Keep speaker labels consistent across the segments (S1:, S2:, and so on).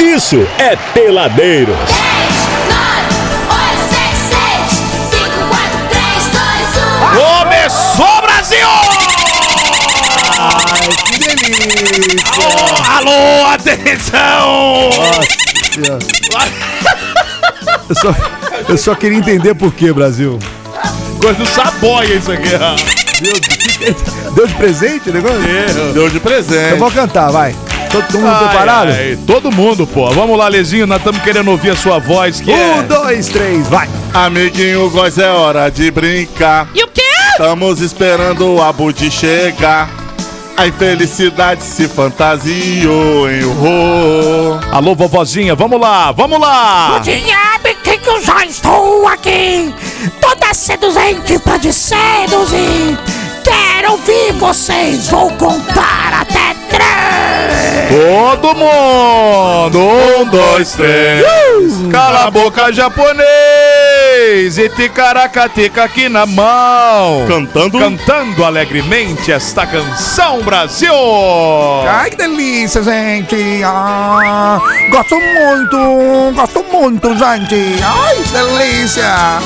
S1: isso é Peladeiros.
S2: 10, 9, 8, 7, 6, 5, 4, 3, 2, 1.
S3: Começou, Brasil!
S4: Ai, que delícia!
S3: Alô, atenção!
S4: Eu só, eu só queria entender por que, Brasil.
S3: Coisa do Saboia isso aqui, ó.
S4: é? Deu de presente o negócio?
S3: Deu de
S4: Eu
S3: presente.
S4: vou cantar, vai. Todo mundo
S3: Ai,
S4: preparado?
S3: ai, todo mundo, pô. Vamos lá, Lezinho, nós estamos querendo ouvir a sua voz, que
S4: Um,
S3: é...
S4: dois, três, vai!
S5: Amiguinho, góis, é hora de brincar.
S6: E o quê?
S5: Estamos esperando o Abudi chegar. A infelicidade se fantasiou em horror.
S3: Alô, vovozinha, vamos lá, vamos lá!
S6: Diabo, que que eu já estou aqui? Toda seduzente pra te seduzir. Quero ouvir vocês, vou contar até três.
S3: Todo mundo! Um, dois, três!
S5: Uh!
S3: Cala a boca, japonês! E ticaracateca aqui na mão!
S5: Cantando?
S3: Cantando alegremente esta canção, Brasil!
S4: Ai, que delícia, gente! Ah, gosto muito, gosto muito, gente! Ai, que delícia!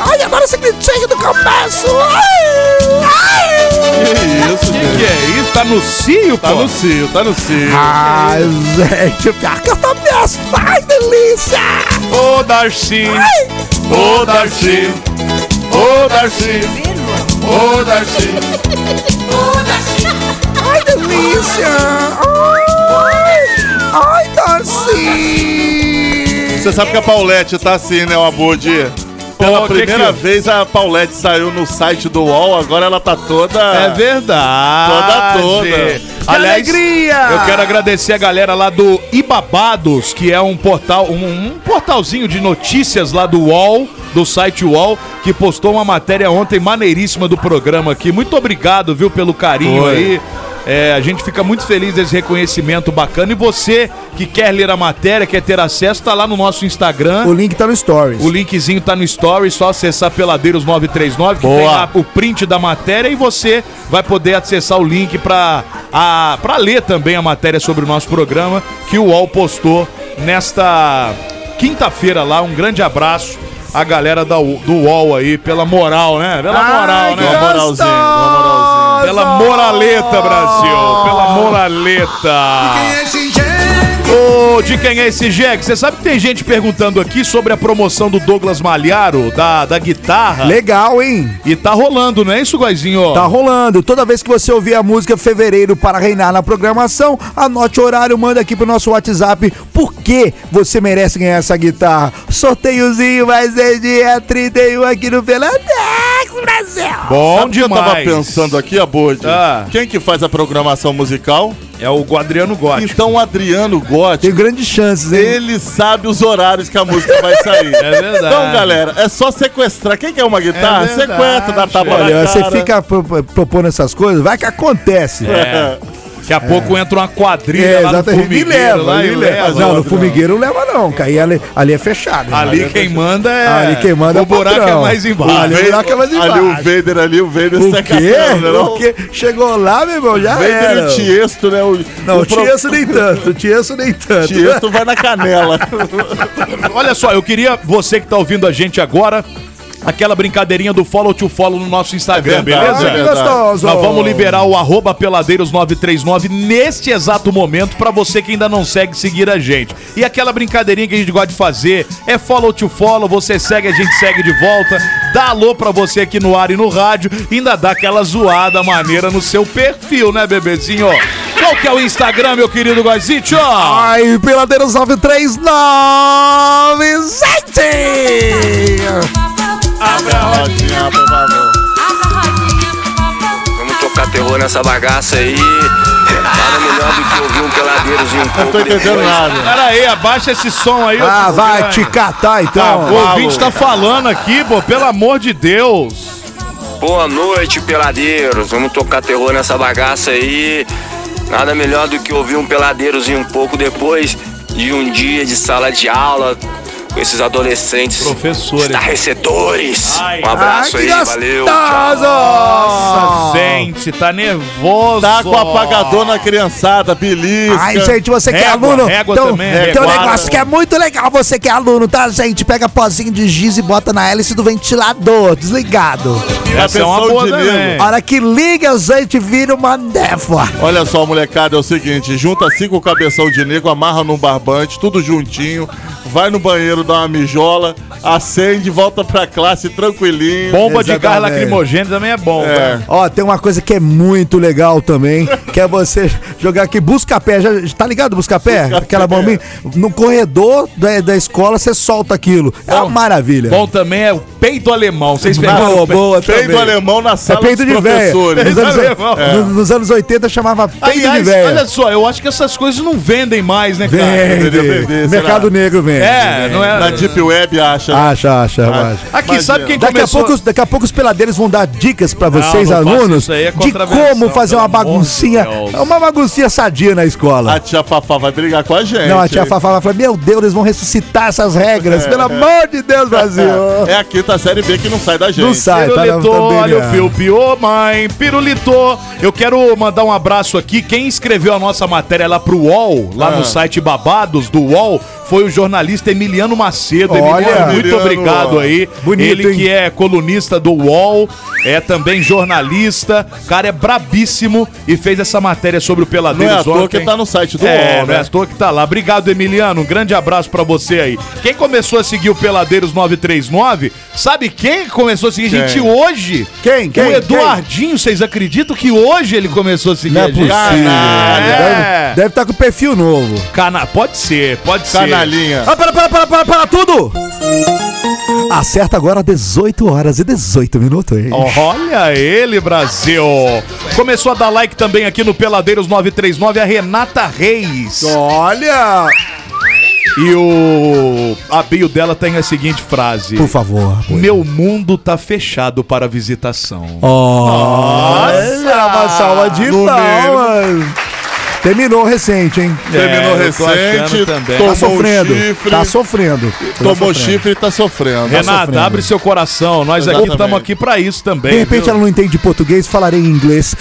S4: Ai, agora esse gritinho do começo! Ai, ai.
S5: Isso,
S3: Que que é isso? Tá no cio, pô!
S5: Tá no cio, tá no cio.
S4: Ai, gente, pior que eu tô mesmo! Ai, que delícia!
S3: Ô, Darcy! Ô, Darcy! Ô, Darcy! Ô, Darcy!
S4: Ai, delícia! Ai, ai, tá assim. Darcy!
S5: Você sabe que a Paulette tá assim, né, o Abudi? Pela
S3: Pô, que
S5: primeira
S3: que-
S5: vez a Paulette saiu no site do UOL, agora ela tá toda.
S3: É verdade.
S5: Toda, toda.
S3: Que Aliás,
S4: alegria!
S3: Eu quero agradecer a galera lá do Ibabados, que é um portal, um, um portalzinho de notícias lá do UOL, do site UOL, que postou uma matéria ontem maneiríssima do programa aqui. Muito obrigado, viu, pelo carinho
S5: Foi.
S3: aí. É, a gente fica muito feliz desse reconhecimento bacana. E você que quer ler a matéria, quer ter acesso, tá lá no nosso Instagram.
S4: O link tá no Stories.
S3: O linkzinho tá no story, só acessar Peladeiros 939, que
S5: Boa.
S3: tem lá o print da matéria e você vai poder acessar o link pra, a, pra ler também a matéria sobre o nosso programa que o UOL postou nesta quinta-feira lá. Um grande abraço à galera da U- do UOL aí, pela moral, né? Pela moral, né?
S5: Uma moralzinha, uma moralzinha.
S3: Pela moraleta, Brasil!
S5: Ah.
S3: Pela moraleta! Ô, de quem é esse jegue? Você sabe que tem gente perguntando aqui sobre a promoção do Douglas Malharo, da, da guitarra.
S4: Legal, hein?
S3: E tá rolando, não é isso, Goizinho?
S4: Tá rolando. Toda vez que você ouvir a música Fevereiro para reinar na programação, anote o horário, manda aqui pro nosso WhatsApp por que você merece ganhar essa guitarra. Sorteiozinho vai ser dia 31 aqui no Peladex, Brasil.
S3: Bom
S5: Sabe o que eu tava pensando aqui, Abud?
S3: Ah.
S5: Quem que faz a programação musical?
S3: É o Adriano Gotti.
S5: Então o Adriano Gotti,
S4: Tem grandes chances, hein?
S5: ele sabe os horários que a música vai sair.
S3: É verdade.
S5: Então, galera, é só sequestrar. Quem quer uma guitarra?
S3: É verdade.
S5: Sequestra, dá tapa na
S4: Olha, você
S5: cara.
S4: fica pro- propondo essas coisas, vai que acontece.
S3: É.
S4: É,
S3: Daqui a pouco entra uma quadrilha lá no
S4: exatamente. Me
S3: formigueiro. lá
S4: leva,
S3: e
S4: me leva. Não, no formigueiro não leva não, cara. E ali, ali é fechado.
S3: Ali quem manda é...
S4: Ali quem manda é
S3: o
S4: o
S3: buraco é
S4: patrão.
S3: mais
S4: Ali
S3: embaixo.
S4: o buraco é mais
S5: Ali o
S4: embaixo.
S5: Vader ali, o Vader
S4: O
S5: seca a
S4: quê?
S5: câmera, não?
S4: O quê? Chegou lá, meu irmão, já
S5: Vader e
S4: era.
S5: o Tiesto, né? O,
S4: Não, o
S5: pro-
S4: Tiesto nem tanto, o Tiesto nem tanto.
S5: Tiesto vai na canela.
S3: Olha só, eu queria, você que tá ouvindo a gente agora, aquela brincadeirinha do follow to follow no nosso Instagram,
S5: É verdade,
S3: beleza?
S4: Ah, que
S5: é verdade.
S4: gostoso.
S3: Nós vamos liberar o arroba peladeiros 939 neste exato momento pra você que ainda não segue seguir a gente. E aquela brincadeirinha que a gente gosta de fazer é follow to follow, você segue, a gente segue de volta, dá alô pra você aqui no ar e no rádio, e ainda dá aquela zoada maneira no seu perfil, né, bebezinho? Qual que é o Instagram, meu querido Gozito?
S4: Ai, peladeiros 939, gente!
S7: Vamos tocar terror nessa bagaça aí. Nada melhor do que ouvir um peladeiros e um pouco.
S5: Não tô entendendo nada.
S3: Pera aí, abaixa esse som aí.
S4: Ah,
S3: ô,
S4: vai
S3: Piranha.
S4: te catar então.
S3: O ouvinte tá falando aqui, pô, pelo amor de Deus.
S7: Boa noite, peladeiros. Vamos tocar terror nessa bagaça aí. Nada melhor do que ouvir um peladeirozinho um pouco depois de um dia de sala de aula. com esses adolescentes
S3: Professores.
S7: estarrecedores.
S3: Ai.
S7: Um abraço
S4: Ai,
S7: aí,
S4: Ah, que
S7: valeu.
S4: gostoso!
S3: Nossa, gente, tá nervoso.
S5: Tá com apagador na criançada, belisca.
S4: Ai, gente, você que é
S3: Régua,
S4: aluno.
S3: régua
S4: então,
S3: também,
S4: tem um
S3: reguada.
S4: negócio que é muito legal, você que é aluno, tá, gente? Pega pozinho de giz e bota na hélice do ventilador, desligado.
S3: Essa é uma
S5: Pensão
S3: boa
S5: de
S3: também.
S5: livro.
S4: A hora que liga, gente, vira uma névoa.
S5: Olha só, molecada, é o seguinte: junta cinco cabeção de nego, amarra num barbante, tudo juntinho, vai no banheiro, dá uma mijola, acende, volta pra classe tranquilinho.
S3: Bomba de
S4: Exatamente.
S3: gás lacrimogêneo também é bom,
S5: É.
S3: velho.
S4: Ó, tem uma coisa que é muito legal também, que é você jogar aqui busca-pé. Já, já tá ligado busca-pé?
S5: Busca-pé.
S4: Aquela bombinha. No corredor da, da escola, você solta aquilo. É uma
S3: Bom.
S4: maravilha.
S3: Bom também é o peito alemão. Vocês pegaram
S4: boa,
S3: o pe-
S4: boa
S5: Peito
S4: também.
S5: É, alemão na
S4: É
S5: sala
S4: peito de
S5: dos
S4: velho.
S5: professores.
S4: Nos, anos-
S3: Peito alemão. é.
S4: no- nos anos 80 chamava peito de
S3: Aliás, olha
S4: velho.
S3: só, eu acho que essas coisas não vendem mais, né, cara?
S5: deveria
S4: Vende.
S5: vender,
S4: Mercado
S5: será?
S4: Negro vende.
S3: É, não é.
S5: Na Deep Web acha. né?
S4: Acha, acha, acha.
S3: Aqui,
S5: Imagina.
S3: sabe quem
S4: Daqui a,
S3: começou?
S4: pouco, os- daqui a pouco os peladeiros vão dar dicas pra vocês,
S3: não faça
S4: alunos,
S3: isso aí, é
S4: de
S3: contravenção,
S4: como fazer
S3: pelo
S4: uma
S3: amor de
S4: baguncinha,
S3: Deus.
S4: uma baguncinha sadia na escola.
S5: A tia Fafá vai brigar com a gente.
S4: Ah. Não, a tia Fafá vai falar, meu Deus, eles vão ressuscitar essas regras. Pelo amor de Deus, Brasil.
S5: É a quinta série B que não sai da gente.
S4: Não sai. tá na-
S3: Pirulito,
S4: também,
S3: olha
S4: né?
S3: o Piupi, ô mãe, Pirulito. Eu quero mandar um abraço aqui. Quem escreveu a nossa matéria lá pro UOL,
S5: Ah.
S3: lá no site Babados do UOL, foi o jornalista Emiliano Macedo.
S4: Olha.
S3: Emiliano, muito
S5: Emiliano,
S3: obrigado
S5: ó.
S3: aí.
S4: Bonito,
S3: Ele que
S4: hein?
S3: é colunista do UOL, é também jornalista, cara é brabíssimo e fez essa matéria sobre o
S5: Não é à
S3: Peladeiros
S5: toa que tá no site do
S3: é,
S5: UOL,
S3: não é à
S5: né?
S3: toa que tá lá. Obrigado, Emiliano. Um grande abraço pra você aí. Quem começou a seguir o Peladeiros 939, sabe quem começou a seguir a gente
S5: Quem?
S3: hoje?
S4: Quem? Quem?
S3: O Eduardinho, vocês acreditam que hoje ele começou a seguir
S4: Não é
S3: a gente?
S4: possível.
S3: É.
S4: Deve estar com perfil novo.
S3: Cana... Pode ser, pode ser.
S5: Canalinha.
S4: Ah, para, para, para, para, para tudo! Acerta agora 18 horas e 18 minutos, hein?
S3: Olha ele, Brasil! Começou a dar like também aqui no Peladeiros 939, a Renata Reis.
S4: Olha!
S3: E o a bio dela tem a seguinte frase:
S4: Por favor. apoio.
S3: Meu mundo tá fechado para visitação.
S4: Nossa! Ah, Uma salva de
S5: No
S4: palmas! Tá Terminou recente, hein?
S5: Terminou
S3: É, eu tô achando
S5: recente,
S3: também.
S5: tomou
S4: Tá sofrendo.
S5: chifre,
S4: Tá sofrendo. Tá
S5: tomou
S4: sofrendo.
S5: chifre e tá sofrendo.
S3: Renata,
S4: sofrendo.
S3: abre seu coração. Nós aqui
S5: Exatamente.
S3: estamos aqui para isso também.
S4: De repente
S3: viu?
S4: ela não entende português, falarei em inglês.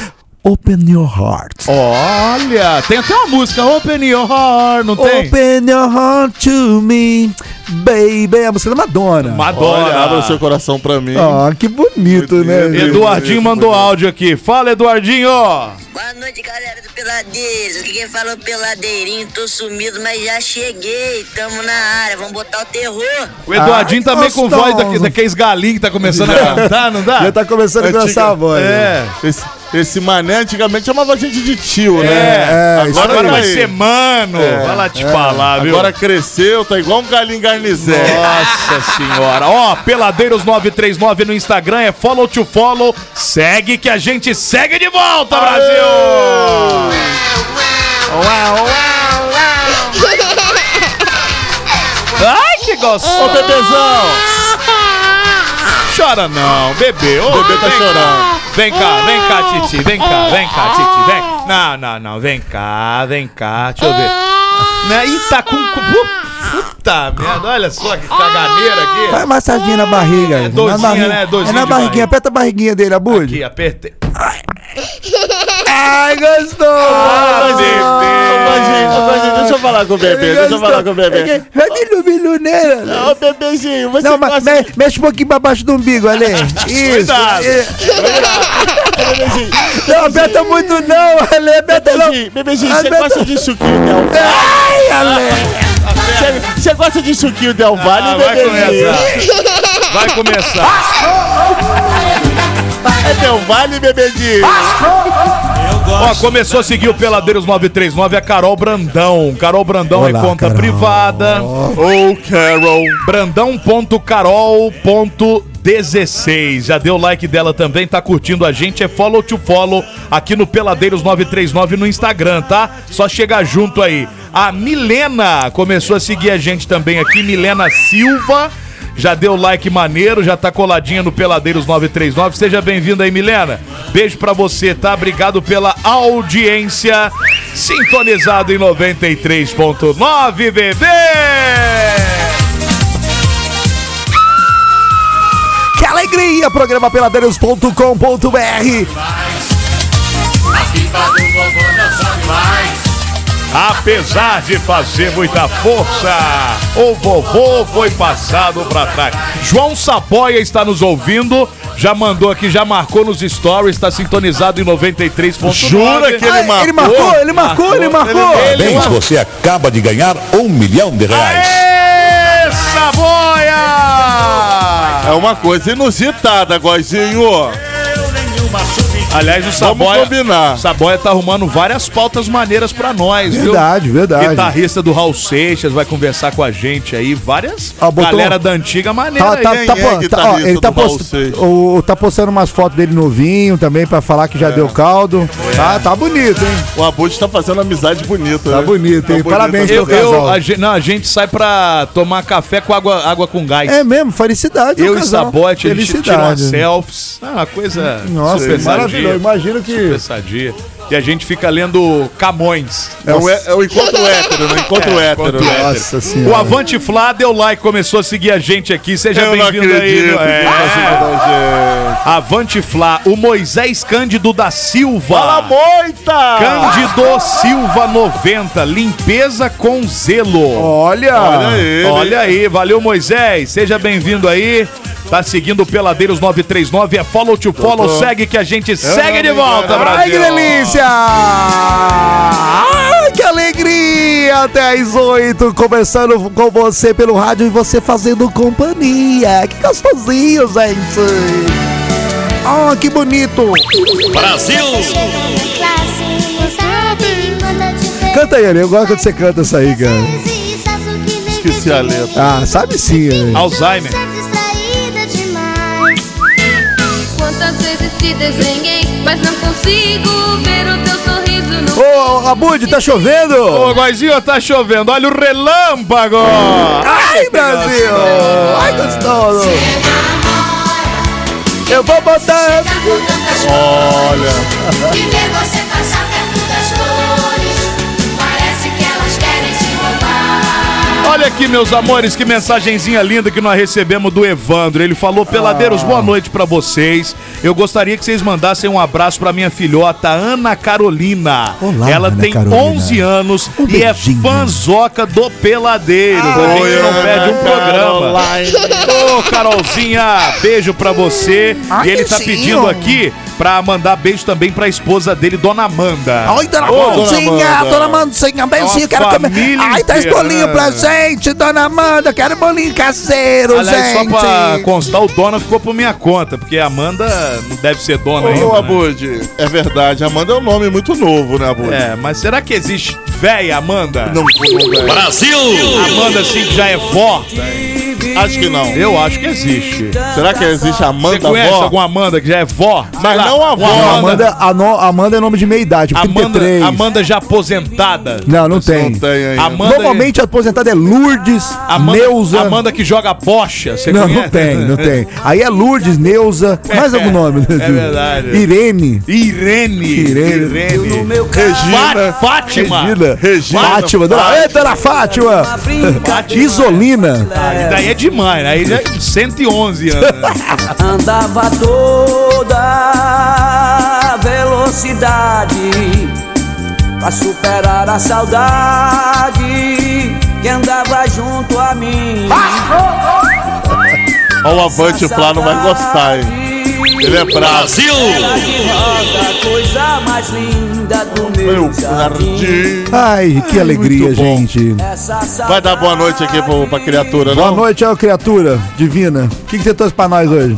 S4: Open your heart.
S3: Olha, tem até uma música, Open Your Heart, não tem?
S4: Open your heart to me, baby. A música da Madonna.
S5: Olha, abra seu
S3: Madonna.
S5: coração pra mim.
S4: Ah, que bonito,
S5: Meu
S4: né?
S5: Deus.
S4: gente?
S3: Eduardinho mandou áudio aqui. Fala, Eduardinho!
S2: Boa noite, galera do Peladeiros. Aqui quem falou Peladeirinho, tô sumido, mas já cheguei. Tamo na área, vamos botar o terror.
S3: O Eduardinho
S4: Ah,
S3: também com voz
S4: gostoso.
S3: daqui, daqueles galinhos que tá começando a cantar, não dá?
S4: Já tá começando a
S5: Antiga-
S4: engrossar a voz. né?
S3: É.
S5: Esse, esse mané antigamente chamava a gente de tio,
S3: É,
S5: né?
S4: isso
S3: agora
S5: aí.
S3: vai ser mano. vai lá te falar, viu?
S5: Agora cresceu, tá igual um galinho garnizé.
S3: Nossa senhora. Ó, Peladeiros 939 no Instagram é follow to follow. Segue que a gente segue de volta, Brasil! Ai, que gostoso. Ô, bebezão. Chora não, bebê. Ô,
S5: O bebê tá
S3: vem cá.
S5: chorando.
S3: Vem cá, vem cá, Titi. Vem cá, vem cá, Titi. Vem. Não, não, não. Vem cá, vem cá. Deixa eu ver. Né? Ih, tá com... com- Puta merda. Olha só que caganeira aqui.
S4: Faz massaginha na barriga. É
S3: dorzinha,
S4: na barriga.
S3: né?
S4: É
S3: Dorzinha
S4: na
S3: de
S4: barriguinha.
S3: barriga.
S4: Aperta a barriguinha dele,
S3: Aqui,
S4: Abud.
S3: apertei.
S4: Ai, gostou!
S3: Ah,
S5: Ô, Bandinho, deixa eu falar com o bebê, deixa eu falar com o bebê.
S4: Vai me iluminar.
S5: Ô, bebezinho, você
S4: né? Não, mas
S5: gosta...
S4: me- mexe um pouquinho pra baixo do umbigo, Ale. Isso.
S3: Cuidado.
S4: Isso. Não, aperta muito não, Ale. Aperta não.
S5: Bebezinho, bebezinho,
S4: Ah,
S5: você
S4: bebe-
S5: gosta de suquinho Del Valle?
S4: Ai, Ale.
S5: Você- Você gosta de suquinho Del Valle,
S3: Ah, vai
S5: bebezinho?
S3: começar. Vai começar.
S5: É Del Valle, bebezinho?
S3: Ó, começou a seguir o Peladeiros 939, a é Carol Brandão. Carol Brandão é
S4: Olá,
S3: conta
S4: Carol.
S3: privada.
S5: Ô,
S3: Oh,
S5: Carol.
S3: Brandão.carol.16. Já deu like dela também, tá curtindo a gente. É follow to follow aqui no Peladeiros 939 no Instagram, tá? Só chegar junto aí. A Milena começou a seguir a gente também aqui, Milena Silva. Já deu like maneiro, já tá coladinha no Peladeiros 939. Seja bem-vinda aí, Milena. Beijo pra você, tá? Obrigado pela audiência. Sintonizado em 93.9, bebê!
S4: Que alegria! Programa peladeiros.com.br
S3: Apesar de fazer muita força, o vovô foi passado pra trás. João Saboia está nos ouvindo, já mandou aqui, já marcou nos stories, está sintonizado em 93.9.
S5: Jura que ele
S4: Ah,
S5: marcou?
S4: Ele marcou, ele marcou, ele marcou!
S3: é
S5: Ele
S1: Parabéns,
S5: marcou.
S1: você acaba de ganhar um milhão de reais.
S3: Aê, Saboia!
S5: É uma coisa inusitada, Goizinho.
S3: Aliás, o
S5: Vamos
S3: Saboia,
S5: combinar.
S3: Saboia tá arrumando várias pautas maneiras pra nós, viu?
S4: Verdade, verdade.
S3: Guitarrista do Raul Seixas vai conversar com a gente aí, várias
S4: Ah, botou-
S3: galera da antiga maneira
S4: Tá,
S3: aí,
S4: tá,
S5: quem
S4: tá,
S5: é
S4: po-
S5: que
S4: tá-
S5: tá
S4: ó,
S5: nisso
S4: ele tá,
S5: do Raul
S4: post-
S5: Seixas?
S4: o- tá postando umas fotos dele novinho também pra falar que já deu caldo. Tá, tá bonito, hein?
S5: O Abud tá fazendo amizade bonita.
S4: Tá
S5: né?
S4: bonito, hein? Parabéns,
S5: né?
S3: Eu,
S4: meu
S3: eu-
S4: é casal.
S3: a, gente, não, a gente sai pra tomar café com água, água com gás.
S4: É mesmo, felicidade.
S3: eu
S4: o
S3: e
S4: casal.
S3: Sabote, a gente tira umas
S4: Felicidade.
S3: selfies. Ah, uma coisa
S4: Nossa,
S3: super
S4: maravilhoso.
S3: sadia.
S4: Imagino que.
S3: super sadia. E a gente fica lendo Camões.
S5: É o, é o encontro hétero, né? Encontro
S4: É,
S5: hétero. né?
S4: Nossa
S3: O
S4: senhora.
S3: Avante Flá deu like, começou a seguir a gente aqui. Seja
S5: Eu não
S3: bem-vindo aí.
S5: acredito. tá
S3: meu- É.
S5: É.
S3: Avante Flá, o Moisés Cândido da Silva.
S5: Fala, moita!
S3: Cândido Silva 90, limpeza com zelo.
S4: Olha!
S5: Olha aí.
S3: Olha aí, valeu Moisés, seja bem-vindo aí. Tá seguindo o Peladeiros 939, é follow to follow, segue que a gente segue de
S5: não me
S3: volta,
S5: engano.
S4: Ai,
S3: Brasil.
S4: que delícia! Ai, que alegria! Até às 8, começando com você pelo rádio e você fazendo companhia. Que gostosinho, gente! Ah, que bonito! Canta aí, Ale, eu gosto quando você canta essa aí, cara.
S8: é
S5: Esqueci a letra.
S4: Ah, sabe sim, Ale.
S3: Alzheimer.
S8: é
S9: Quantas vezes te desenhei, mas não consigo ver o teu sorriso no
S4: Ô, Abud, tá chovendo?
S3: Ô, Goizinho, tá chovendo, olha o relâmpago.
S4: Ai, Brasil! Ai, gostoso! Eu vou botar...
S5: Olha.
S8: E ver você passar perto das flores Parece que elas querem te roubar
S3: Olha aqui, meus amores, que mensagenzinha linda que nós recebemos do Evandro. Ele falou: Peladeiros, boa noite pra vocês. Eu gostaria que vocês mandassem um abraço pra minha filhota, Ana Carolina.
S4: Olá,
S3: Ela
S4: Ana
S3: tem
S4: Carolina.
S3: 11 anos
S4: Um
S3: e é
S4: beijinho.
S3: fanzoca do Peladeiro. a gente
S5: Oi,
S3: não
S5: Ana
S3: perde um programa.
S5: Caroline.
S3: Ô, Carolzinha, beijo pra você.
S4: Ai,
S3: e ele tá
S4: sim,
S3: pedindo
S4: ó.
S3: aqui pra mandar beijo também pra esposa dele, Dona Amanda. É
S4: Ai, dona
S5: Ô, dona
S4: Mandinha,
S5: Amanda.
S4: dona Mandinha, beijinho,
S3: Uma
S4: quero comer.
S3: família
S4: Ai, traz
S3: inteira,
S4: bolinho
S3: né?
S4: pra gente, dona Amanda, quero bolinho caseiro,
S3: Aliás,
S4: gente.
S3: só pra constar, o dona ficou por minha conta, porque a Amanda não deve ser dona ainda.
S5: Ô,
S3: né?
S5: Abud, é verdade. Amanda é um nome muito novo, né, Abud?
S3: É, mas será que existe véia Amanda?
S5: Não, não, velho.
S3: Amanda, assim, que já é vó?
S5: Acho que não.
S3: Eu acho que existe.
S5: Será que existe a
S3: Você
S5: Amanda
S3: conhece
S5: Vó?
S3: alguma Amanda que já é vó? Sei
S5: Mas
S3: lá,
S5: não a
S3: uma
S5: vó.
S3: Amanda,
S4: Amanda, a no- Amanda é nome de meia idade,
S3: Amanda,
S4: 33.
S3: Amanda já aposentada.
S4: Não, não tem.
S5: Não tem ainda.
S3: Amanda-
S4: Normalmente aposentada é Lourdes,
S3: Amanda,
S4: Neuza.
S3: Amanda que joga bocha. Você
S4: não,
S3: conhece?
S4: não tem, não tem. Aí é Lourdes, Neuza, mais algum nome. né?
S3: é verdade.
S4: Irene.
S3: Irene.
S4: Irene.
S3: Fá-
S5: Regina.
S3: Fátima.
S4: Regina.
S5: Regina.
S4: Fátima. Dona, Eita, dona Fátima. Isolina.
S3: E daí é demais, né? Aí já é 111 anos.
S10: Andava toda velocidade pra superar a saudade que andava junto a mim.
S5: Ó, o Avante Flá não vai gostar, hein? Ele é bravo.
S10: Ela Tá de rosa, coisa mais linda do meu
S5: Meu
S10: jardim.
S5: jardim.
S4: Ai, que alegria,
S5: muito bom.
S4: gente.
S10: Essa
S5: Vai dar boa noite aqui pro, pra criatura,
S4: Boa
S5: não?
S4: noite, ó, criatura divina. O que, que você trouxe pra nós hoje?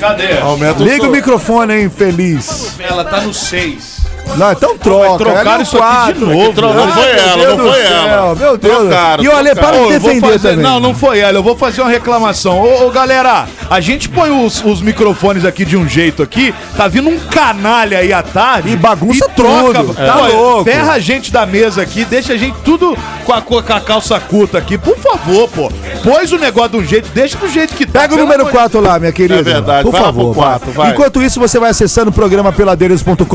S3: Cadê?
S5: Aumenta o
S4: Liga
S5: som.
S4: o microfeliz. infeliz.
S3: Ela tá no 6.
S4: Não, então troca.
S3: trocaram
S4: Olha o
S3: isso aqui de
S4: quadro.
S3: novo.
S5: Não foi
S4: Meu
S5: ela,
S4: Deus
S5: não
S4: do
S5: foi
S4: céu,
S5: ela.
S4: Meu Deus.
S5: Trocaram,
S4: e olha, para
S3: Ô,
S4: de
S3: eu vou
S4: defender
S3: fazer-
S4: também.
S3: Não, não foi ela. Eu vou fazer uma reclamação. Ô, ô, galera, a gente põe os, os microfones aqui de um jeito aqui. Tá vindo um canalha aí à tarde.
S4: E bagunça tudo.
S3: É.
S4: Tá
S3: Ó,
S4: louco.
S3: Ferra a gente da mesa aqui. Deixa a gente tudo com a, co- com a calça curta aqui. Por favor, pô. Pôs o negócio de um jeito, deixa do jeito que tá.
S4: Pega o
S3: pelo
S4: número
S3: amor
S4: 4 lá, minha querida.
S5: É verdade,
S4: Por
S5: vai lá
S4: favor.
S5: pro quatro, vai.
S4: Enquanto isso, você vai acessando o programa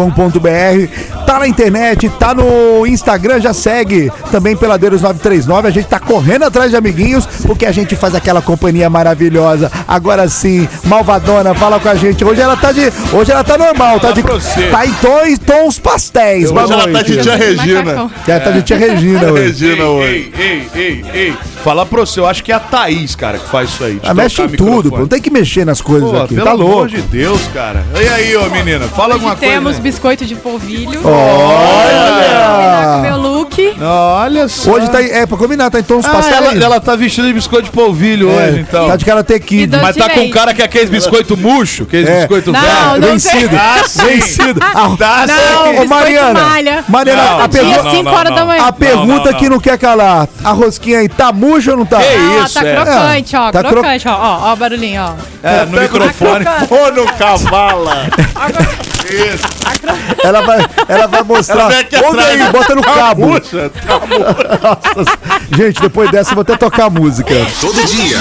S4: peladeiros.com.br. Tá na internet, tá no Instagram, já segue. Também Peladeiros939. A gente tá correndo atrás de amiguinhos, porque a gente faz aquela companhia maravilhosa. Agora sim, Malvadona, fala com a gente. Hoje ela tá de. Hoje ela tá normal, tá de.
S3: pra você.
S4: Tá em tons, tons pastéis. Boa
S5: Hoje ela tá
S4: noite.
S5: de tia Regina.
S11: Macacão.
S4: É, tá de tia Regina hoje.
S5: Regina hoje.
S3: Ei, ei, ei, ei. Falar pra você, eu acho que é a Thaís, cara, que faz isso aí. de
S4: Ah, mexe em
S3: trocar
S4: tudo, pô.
S3: microfone.
S4: Não tem que mexer nas coisas
S3: Pô,
S4: aqui.
S3: pelo
S4: Tá
S3: amor
S4: louco.
S3: de Deus, cara. E aí, ô menina, fala alguma
S11: Hoje temos
S3: coisa. né?
S11: biscoito de polvilho.
S4: Olha!
S11: Combinar com meu look.
S3: Olha só.
S4: Hoje tá. em- É, pra combinar, tá em tons
S3: Ah,
S4: pastéis.
S11: é.
S3: ela, ela tá vestida de biscoito de polvilho
S4: É,
S3: hoje, então.
S4: Tá de Karate Kid.
S11: E dois
S3: Mas tá
S11: de
S3: com
S11: leite.
S3: cara que é aqueles biscoito murcho, aqueles
S4: É.
S3: biscoito
S11: Não,
S3: velho.
S11: não sei.
S4: vencido.
S3: Tá sim.
S4: Vencido. Ah,
S3: Tá
S11: Não,
S3: sim.
S11: biscoito
S4: Mariana.
S11: malha.
S4: Mariana,
S3: Não,
S4: a, pergu-
S11: Dia
S3: não, não,
S11: 5
S3: não,
S11: horas
S3: não.
S11: da manhã.
S4: a pergunta
S3: não, não.
S4: que não quer calar. A rosquinha aí tá murcha ou não tá?
S3: Que
S11: Ah,
S3: isso,
S11: tá
S3: é.
S11: crocante, ó.
S4: Tá cro-
S11: crocante, ó. Ó, ó o barulhinho, ó.
S3: É,
S11: Tá
S3: no microfone.
S5: Ô, no cavala.
S4: Ela vai, ela vai mostrar.
S5: vem aqui
S4: Ouve
S5: atrás.
S3: né?
S4: aí, bota no
S3: Tá
S4: cabo.
S5: Puxa,
S4: Gente, depois dessa eu vou até tocar a música.
S8: Todo dia.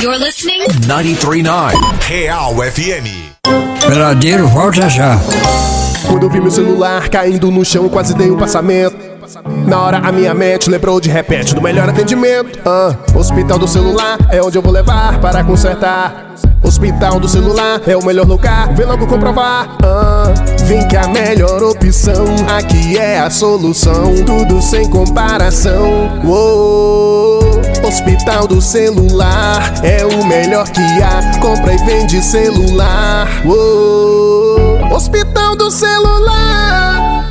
S8: You're listening?
S12: 939.
S1: Real FM.
S12: Peladeiro, volta já.
S10: Quando eu vi meu celular caindo no chão, quase dei um passamento. Na hora a minha mente lembrou de repente do melhor atendimento. Ah, hospital do celular é onde eu vou levar para consertar. Hospital do celular é o melhor lugar, vem logo comprovar. Ah, vem que a melhor opção aqui é a solução, tudo sem comparação. Uou, hospital do celular é o melhor que há, compra e vende celular. Uou, hospital do celular.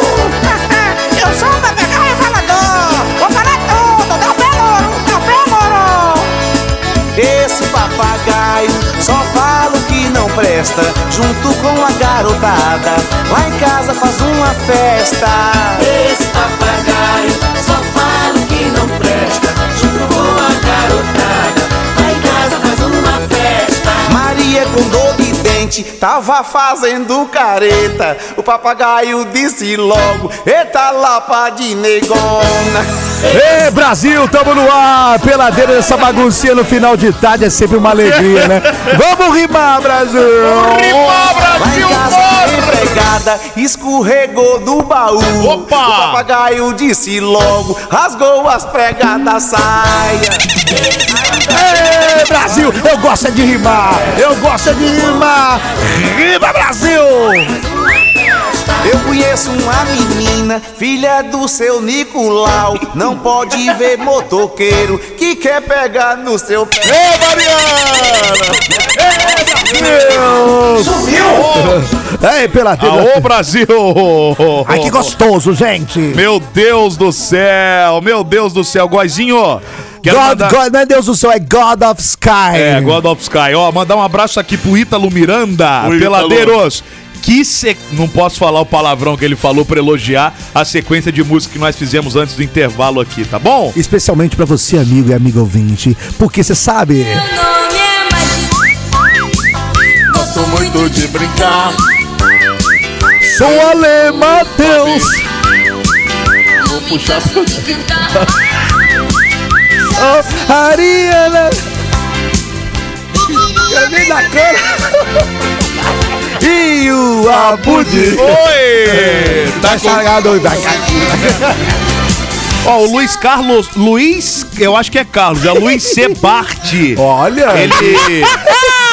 S6: Eu sou o papagaio falador, vou falar tudo, não pego, não pego.
S10: Esse papagaio só fala o que não presta, junto com a garotada. Lá em casa faz uma festa.
S8: Esse papagaio só fala o que não presta. Junto com a garotada, lá em casa faz uma festa.
S10: Maria com dor de dente tava fazendo careta. O papagaio disse logo: Eita lapa de negona.
S4: Ê, Brasil, tamo no ar. Peladeira dessa baguncinha no final de tarde é sempre uma alegria, né? Vamos rimar, Brasil.
S10: Lá em casa a empregada escorregou do baú.
S3: Opa!
S10: O papagaio disse logo, rasgou as pregas da saia.
S4: Ê, É, Brasil, eu gosto é de rimar. Eu gosto é de rimar. Rima, Brasil.
S10: Eu conheço uma menina, filha do seu Nicolau. Não pode ver motoqueiro que quer pegar no seu pé.
S5: Ô, Mariana!
S4: Ei, peladeira.
S3: Aô, Brasil!
S4: Ai, que gostoso, gente.
S3: Meu Deus do céu! Meu Deus do céu, Goizinho! Quero
S4: God,
S3: mandar-
S4: God, não é Deus do céu, é God of Sky.
S3: É, God of Sky. Ó, mandar um abraço aqui pro Ítalo Miranda,
S5: O Ítalo.
S3: peladeiros. Que se... Não posso falar o palavrão que ele falou pra elogiar a sequência de música que nós fizemos antes do intervalo aqui, tá bom?
S4: Especialmente pra você, amigo e amigo ouvinte, porque você sabe.
S9: Meu nome é Martim. Gosto muito de brincar.
S4: Sou Ale Matheus.
S9: Vou puxar pra cantar.
S4: Oh, Ariana. É E o Abudi.
S3: Oi!
S4: Tá estragado.
S3: Ó, o Luiz Carlos. Luiz. Eu acho que é Carlos, é Luiz C. Bart.
S4: Olha,
S3: Ele.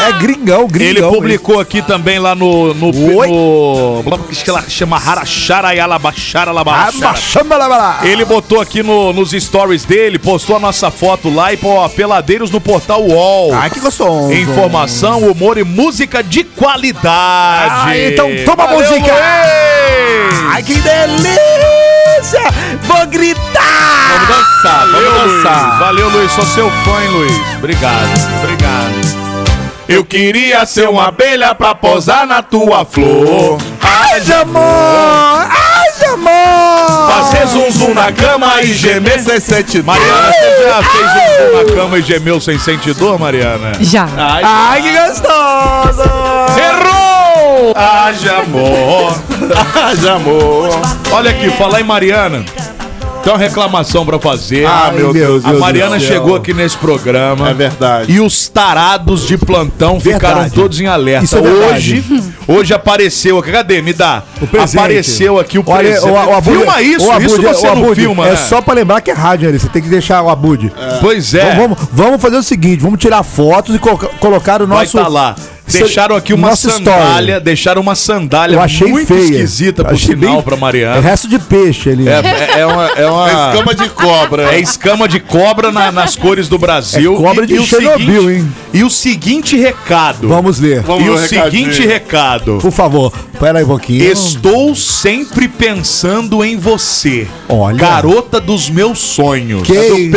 S4: é gringão, gringão.
S3: Ele publicou aqui também lá no. no,
S4: Oi.
S3: no acho que ela chama Harachara Yalabachara
S4: Ah,
S3: Labachara.
S4: chama lá, lá.
S3: Ele botou aqui no- nos stories dele, postou a nossa foto lá e pô, ó, peladeiros no portal UOL.
S4: Ai, que gostoso.
S3: Informação, humor e música de qualidade.
S4: Ah, então toma a
S3: Valeu,
S4: música.
S3: Luiz!
S4: Ai, que delícia. Vou gritar.
S5: Vamos dançar, vamos
S3: Valeu,
S5: dançar.
S3: Valeu, Luiz. Sou seu fã, hein, Luiz. Obrigado, obrigado. Eu queria ser uma abelha pra posar na tua flor.
S4: Ai, amor! Ai, amor!
S3: Fazer zum zum na cama e gemer sem sentir dor. Mariana, você já fez zum zum na cama e gemeu sem sentir dor, Mariana?
S11: Já.
S3: Ai,
S4: Ai, que gostoso!
S3: Errou! Haja amor! Haja amor! Olha aqui, falar em Mariana. Tem uma reclamação pra fazer.
S5: Ah, meu Deus,
S3: A
S5: Deus
S3: Mariana
S5: do céu.
S3: chegou aqui nesse programa.
S5: É verdade.
S3: E os tarados de plantão ficaram
S5: Verdade.
S3: todos em alerta.
S5: Isso é verdade.
S3: hoje, hoje apareceu aqui. Cadê? Me dá.
S4: presente.
S3: Apareceu aqui o
S4: Olha,
S3: presente.
S4: o- o Abud- é-
S3: filma isso,
S4: o
S3: isso
S4: Abud-
S3: você
S4: o
S3: não
S4: Abud,
S3: filma,
S4: É
S3: né?
S4: só pra lembrar que é rádio, né? Você tem que deixar o Abud.
S3: Pois é.
S4: Então vamos, vamos fazer o seguinte, vamos tirar fotos e coloca- colocar o
S3: Vai
S4: nosso...
S3: estar lá. Deixaram aqui uma
S4: nossa
S3: sandália,
S4: história.
S3: deixaram uma sandália
S4: Eu achei
S3: é muito
S4: feia.
S3: esquisita por
S4: Achei
S3: sinal
S4: bem-
S3: pra
S4: É
S3: Mariana.
S4: resto de peixe ali.
S3: É, é uma, é uma-
S5: É escama de cobra.
S3: É escama de cobra na- nas cores do Brasil.
S4: É cobra de
S3: o
S4: Chernobyl,
S3: seguinte-
S4: hein?
S3: E o seguinte recado.
S4: Vamos um ler.
S3: e
S5: Vamos
S3: o
S5: no
S3: seguinte
S5: recadinho.
S3: recado.
S4: Por favor, pera aí um pouquinho.
S3: Estou sempre pensando em você.
S4: Olha.
S3: Garota dos meus sonhos.
S4: Que
S5: É do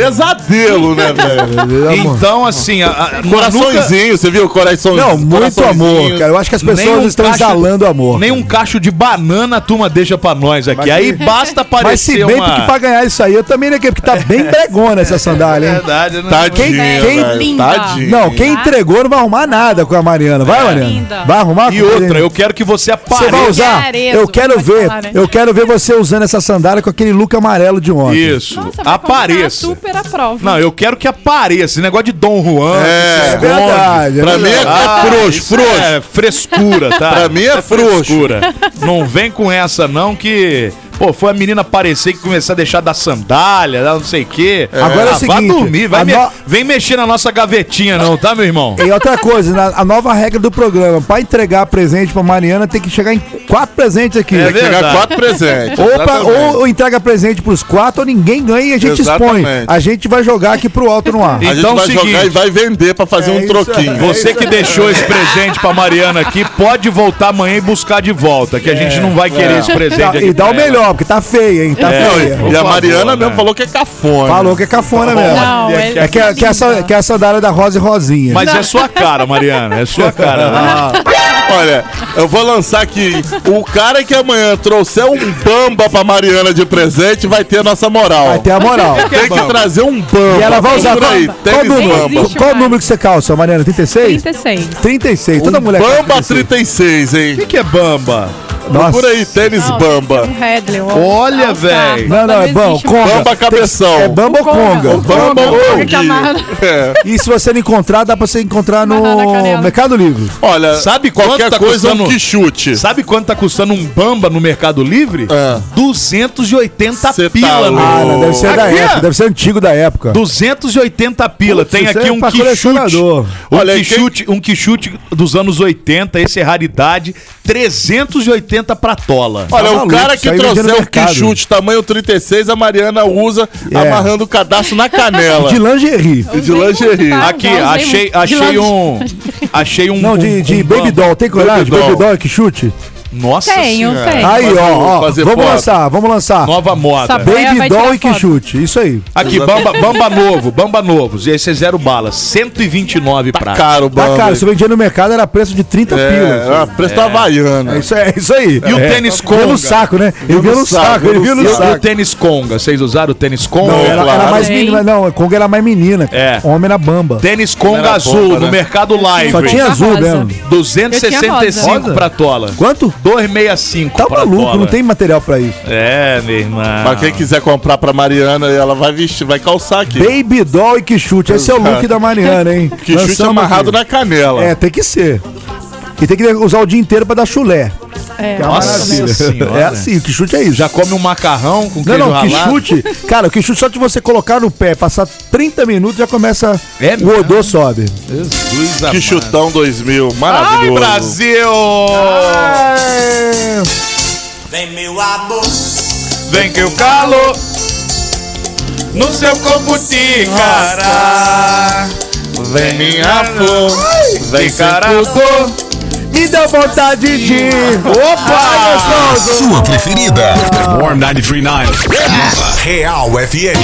S5: pesadelo, né, velho?
S3: Então, assim, a, a, nunca-
S5: Coraçõezinho, você viu?
S3: Então,
S5: Coraçõezinho.
S4: Não, muito amor,
S5: coraçõezinho.
S4: cara. Eu acho que as
S3: nem
S4: pessoas
S3: um
S4: estão
S3: cacho-
S4: exalando amor.
S3: Nem um cacho de banana a turma deixa pra nós aqui.
S4: Mas
S3: Aí
S4: que-
S3: basta
S4: Mas se
S3: aparecer
S4: bem
S3: uma...
S4: que pra ganhar isso aí, eu também, né? Porque tá bem bregona essa sandália, hein?
S3: Verdade, né?
S5: Tadinha,
S11: Quem-
S5: velho,
S11: quem-
S5: tadinha.
S4: Não, quem entregou não vai arrumar nada com a Mariana. Vai, Mariana.
S11: É linda.
S4: Vai arrumar
S3: E
S4: com
S3: outra,
S4: ele.
S3: eu quero que você
S4: Você vai
S3: apareça.
S4: usar?
S11: Arezo,
S4: eu quero
S11: pode
S4: ver.
S11: falar, né?
S4: Eu quero ver você usando essa sandália com aquele look amarelo de ontem.
S3: Isso.
S11: Nossa, vai
S3: apareça.
S11: colocar super à prova.
S3: Ah, Não, eu quero que apareça. Esse negócio de Dom Juan.
S5: É,
S3: que se
S4: É
S3: esconde.
S4: verdade.
S5: Pra
S4: é
S5: mim é,
S4: verdade.
S3: Ah,
S5: é frouxo,
S3: isso
S5: frouxo.
S3: É frescura, tá?
S5: Pra mim é frouxo.
S3: frescura. Não vem com essa, não, que. Pô, foi a menina aparecer que começou a deixar da sandália, da não sei o quê.
S4: Agora é o
S3: Vai
S4: seguinte,
S3: dormir, vai
S4: a
S3: me-
S4: no- É
S3: vem mexer na nossa gavetinha, não, tá, meu irmão?
S4: E outra coisa, na- a nova regra do programa, pra entregar presente pra Mariana, tem que chegar em quatro presentes aqui.
S3: É
S5: Tem que pegar
S3: verdade.
S5: quatro presentes.
S4: Ou, pra-
S5: exatamente.
S4: ou entrega presente pros quatro, ou ninguém ganha e a gente expõe.
S5: Exatamente.
S4: A gente vai jogar aqui pro alto no ar.
S5: A
S3: Então,
S5: gente vai
S3: seguinte.
S5: jogar e vai vender pra fazer
S4: É
S5: um
S4: isso,
S5: troquinho.
S4: é
S3: Você que deixou esse presente pra Mariana aqui, pode voltar amanhã e buscar de volta, que a gente não vai querer esse presente aqui.
S4: É. E dá o
S3: pra ela.
S4: melhor, porque tá feia, hein? Tá
S3: É.
S4: feia.
S5: E a
S3: Por
S5: Mariana
S3: favor,
S5: mesmo
S3: né?
S5: falou que é cafona.
S4: Falou que é cafona mesmo.
S11: Não,
S3: Olha,
S11: é,
S4: É que, é que essa, que é essa sandália da Rosa e Rosinha.
S3: Mas é sua cara, Mariana, é sua cara. né?
S5: Olha, eu vou lançar aqui. O cara que amanhã trouxer um bamba pra Mariana de presente vai ter nossa moral.
S4: Vai ter a moral.
S5: Tem que trazer um bamba.
S4: E ela vai usar
S5: Por
S4: qual,
S5: aí,
S4: qual
S5: tênis
S11: Nem
S4: número?
S5: bamba.
S11: existe
S4: Qual
S11: mais.
S4: número que você calça, Mariana? 36?
S11: 36.
S4: 36. Toda
S5: Um
S4: mulher calça
S5: bamba
S4: 36.
S5: 36, hein?
S3: O que, que é bamba?
S4: Nossa.
S5: Por aí, tênis
S11: Não,
S5: bamba.
S11: Um Hadley, um
S3: Olha,
S11: All-Star,
S3: véi.
S4: Não, não, é
S11: existe
S4: bom.
S11: mais.
S4: Conga.
S5: Bamba cabeção.
S4: É bamba ou conga?
S11: Conga.
S5: Bamba
S11: Bamba,
S5: ou
S11: bamba
S5: Gui?
S11: camada.
S5: É.
S4: E se você não encontrar, dá pra você encontrar no
S11: Amarrar na canela.
S4: Mercado Livre.
S5: Olha,
S3: Sabe quanto
S5: qualquer
S3: tá
S5: coisa é um
S3: custando-
S5: que chute.
S3: Sabe quanto tá custando um bamba no Mercado Livre?
S5: É.
S3: 280
S5: Cê tá
S3: pila,
S5: louco.
S4: Ah, não, deve ser da
S3: Aqui,
S4: época,
S3: ó.
S4: deve ser antigo da época.
S3: 280 pila.
S4: Putz,
S3: Tem
S4: isso
S3: aqui
S4: é
S3: um
S4: pra
S3: quichute.
S4: colecionador.
S3: Um
S5: Olha, e quem-
S3: quichute, um quichute dos anos 80, esse é raridade, 380 pra tola.
S5: Olha,
S4: Tá
S5: o
S4: maluco,
S5: cara que
S4: isso aí vende no
S5: trouxer um
S4: mercado.
S5: que chute tamanho 36, a Mariana usa
S4: É.
S5: amarrando o cadastro na canela.
S4: De lingerie.
S5: de lingerie.
S11: Ah,
S3: Aqui,
S11: não, usei
S3: achei,
S11: muito.
S3: achei
S11: De lá-
S3: um. Achei um.
S4: Não, de,
S3: um-
S4: de
S3: um
S4: Baby
S3: bamba.
S4: Doll. Tem coragem de
S5: Baby
S4: Baby
S5: doll.
S4: Doll que chute?
S3: Nossa
S11: Tenho,
S3: senhora.
S11: tenho.
S4: Aí,
S5: fazer-
S4: ó, ó.
S5: fazer
S4: Vamos
S5: foto.
S4: lançar, vamos lançar.
S3: Nova moda.
S11: Sabe- Aí
S4: Baby
S11: vai
S4: Doll
S11: tirar
S4: e que
S11: foto.
S4: chute. Isso aí.
S3: Aqui, bamba, bamba novo, bamba novo. E esse é zero bala, 129
S5: Tá
S3: pratos.
S5: caro,
S4: Tá
S5: bamba.
S4: caro, se vendia no mercado era preço de 30
S5: É,
S4: pilas.
S5: a preço da Havaiana.
S4: É isso, é isso aí.
S3: E o
S4: É.
S3: tênis
S4: Via
S3: conga?
S4: no saco, né? Ele viu no saco, ele viu
S3: E
S4: no
S3: o- e o
S4: saco.
S3: tênis conga, vocês usaram o tênis conga?
S4: Não, era, era
S5: Claro.
S4: mais menina. Não, a Conga era mais menina.
S3: É.
S4: Homem era bamba.
S3: Tênis
S5: Era
S3: conga azul
S5: bomba,
S3: no
S5: né?
S3: mercado live.
S4: Só tinha azul
S11: rosa.
S4: mesmo.
S11: Eu tinha
S3: 265
S4: rosa.
S3: pra tola.
S4: Quanto?
S3: 265
S4: Tá
S3: pra
S4: maluco,
S3: tola.
S4: não tem material pra isso.
S3: É, minha irmã.
S5: Pra
S4: Ah.
S5: quem quiser comprar pra Mariana, ela vai vestir, vai calçar aqui.
S4: Baby doll e que chute. Esse é o
S5: Exato.
S4: look da Mariana, hein?
S5: que chute
S4: Lançamos
S5: é amarrado
S4: aqui.
S5: na canela.
S4: É, tem que ser. E tem que usar o dia inteiro pra dar chulé.
S11: É.
S4: Que é uma
S3: Nossa
S4: maravilha.
S3: Senhora.
S4: É assim, o que chute é isso.
S3: Já come um macarrão com
S4: Não,
S3: queijo
S4: não, que
S3: ralado?
S4: chute. Cara, o que chute só de você colocar no pé, passar 30 minutos, já começa.
S3: É
S4: o odor sobe.
S3: Jesus
S5: Que
S3: amado.
S5: chutão 2000, maravilhoso.
S3: Ai, Brasil!
S4: Ah.
S3: É.
S8: Vem meu amor,
S3: Vem que o calo no seu corpo te encarar. Vem minha flor, vem caracol.
S4: Me deu vontade de.
S3: Opa!
S1: Sua preferida. Warm 939. Real FM.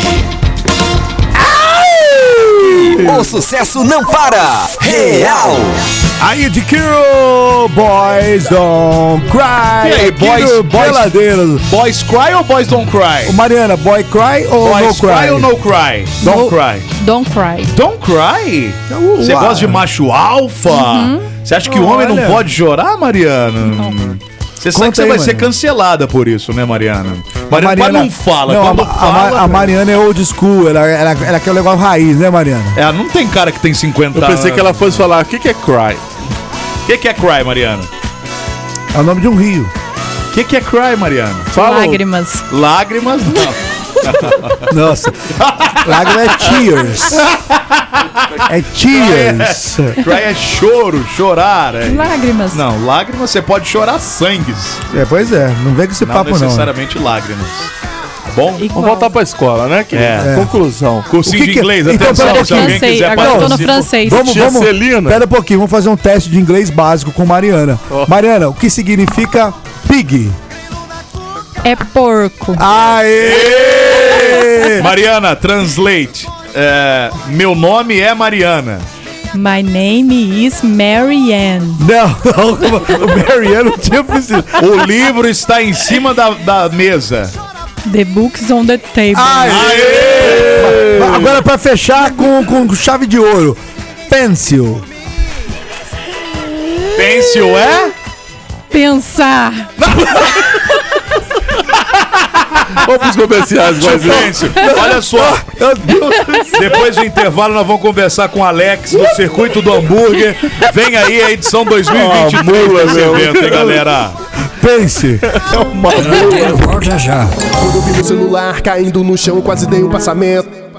S4: Ai,
S13: O sucesso não para. Real.
S4: Aí de Kiro, Boys Don't Cry.
S3: E aí,
S4: Aqui
S3: boys-
S4: no
S3: boys-
S4: Peladeiros.
S3: Boys Cry ou Boys Don't Cry?
S4: Ô, Mariana, Boy Cry ou
S3: Boys
S4: No
S3: cry,
S4: Cry?
S3: ou no cry? Don't
S4: No-
S3: cry.
S11: Don't cry.
S3: Don't cry?
S4: Uh,
S3: Você
S4: uau.
S3: gosta de macho alfa?
S11: Uhum.
S3: Você acha que o homem
S4: Olha.
S3: não pode chorar, Mariana? Você sabe
S4: Conta
S3: que você
S4: aí,
S3: vai
S4: Mariana.
S3: ser cancelada por isso, né, Mariana?
S4: A
S3: Mariana, mas não fala.
S4: não,
S3: quando
S4: a, a
S3: fala,
S4: Ma- a Mariana é old school, ela, ela, ela quer o negócio raiz, né, Mariana?
S3: Ela é, não tem cara que tem 50
S5: Eu
S3: anos.
S5: pensei que ela fosse falar, o que, que é cry?
S3: O que, que é cry, Mariana?
S4: É o nome de um rio.
S3: O que, que é cry, Mariana? Fala.
S11: Lágrimas.
S3: Lágrimas? Não.
S4: Nossa. Lágrima é tears. É tears.
S3: cry é choro, chorar. É...
S11: Lágrimas.
S3: Não, lágrimas você pode chorar sangues.
S4: É, pois é, não vem com esse
S3: não
S4: papo não.
S3: necessariamente lágrimas. Tá bom?
S11: Igual.
S5: Vamos voltar pra escola, né, querido?
S3: É.
S5: Conclusão.
S3: Cursinho
S4: O que
S3: de
S4: que-
S3: inglês,
S4: Então,
S3: atenção,
S4: pera
S3: se
S11: aí,
S3: alguém
S11: francês,
S3: quiser
S11: agora eu tô no
S3: participar.
S11: francês.
S4: Vamos,
S5: Tia
S4: vamos.
S5: Celina.
S4: Pera um pouquinho, vamos fazer um teste de inglês básico com Mariana. Mariana, o que significa pig?
S11: É porco.
S4: Ah. Aê!
S3: Mariana, translate. É, meu nome é Mariana.
S11: My name is Marianne.
S4: Não, não, o Mariana não tinha precisado.
S3: O livro está em cima da, da mesa.
S11: The book's on the table.
S3: Ah.
S4: Aê! Agora pra fechar com, com chave de ouro. Pencil.
S3: Pêncil é?
S11: Pensar.
S5: Vamos pros comerciais, Guazinho.
S3: Pêncil. Olha só.
S4: Meu Deus.
S3: Depois do intervalo, nós vamos conversar com o Alex do Circuito do Hambúrguer. Vem aí a edição 2023
S5: mula,
S3: desse
S5: meu.
S3: evento, hein, galera?
S4: Pense.
S10: É um
S13: Volta já.
S10: Quando eu vi meu celular caindo no chão, quase dei um passamento.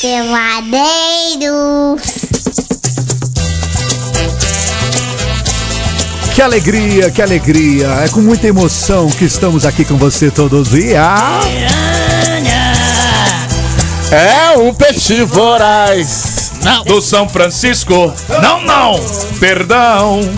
S14: Peladeiros.
S4: Que alegria, que alegria. É com muita emoção que estamos aqui com você todos os dias.
S5: É um peixe voraz.
S3: Do São Francisco. Não, não. Perdão.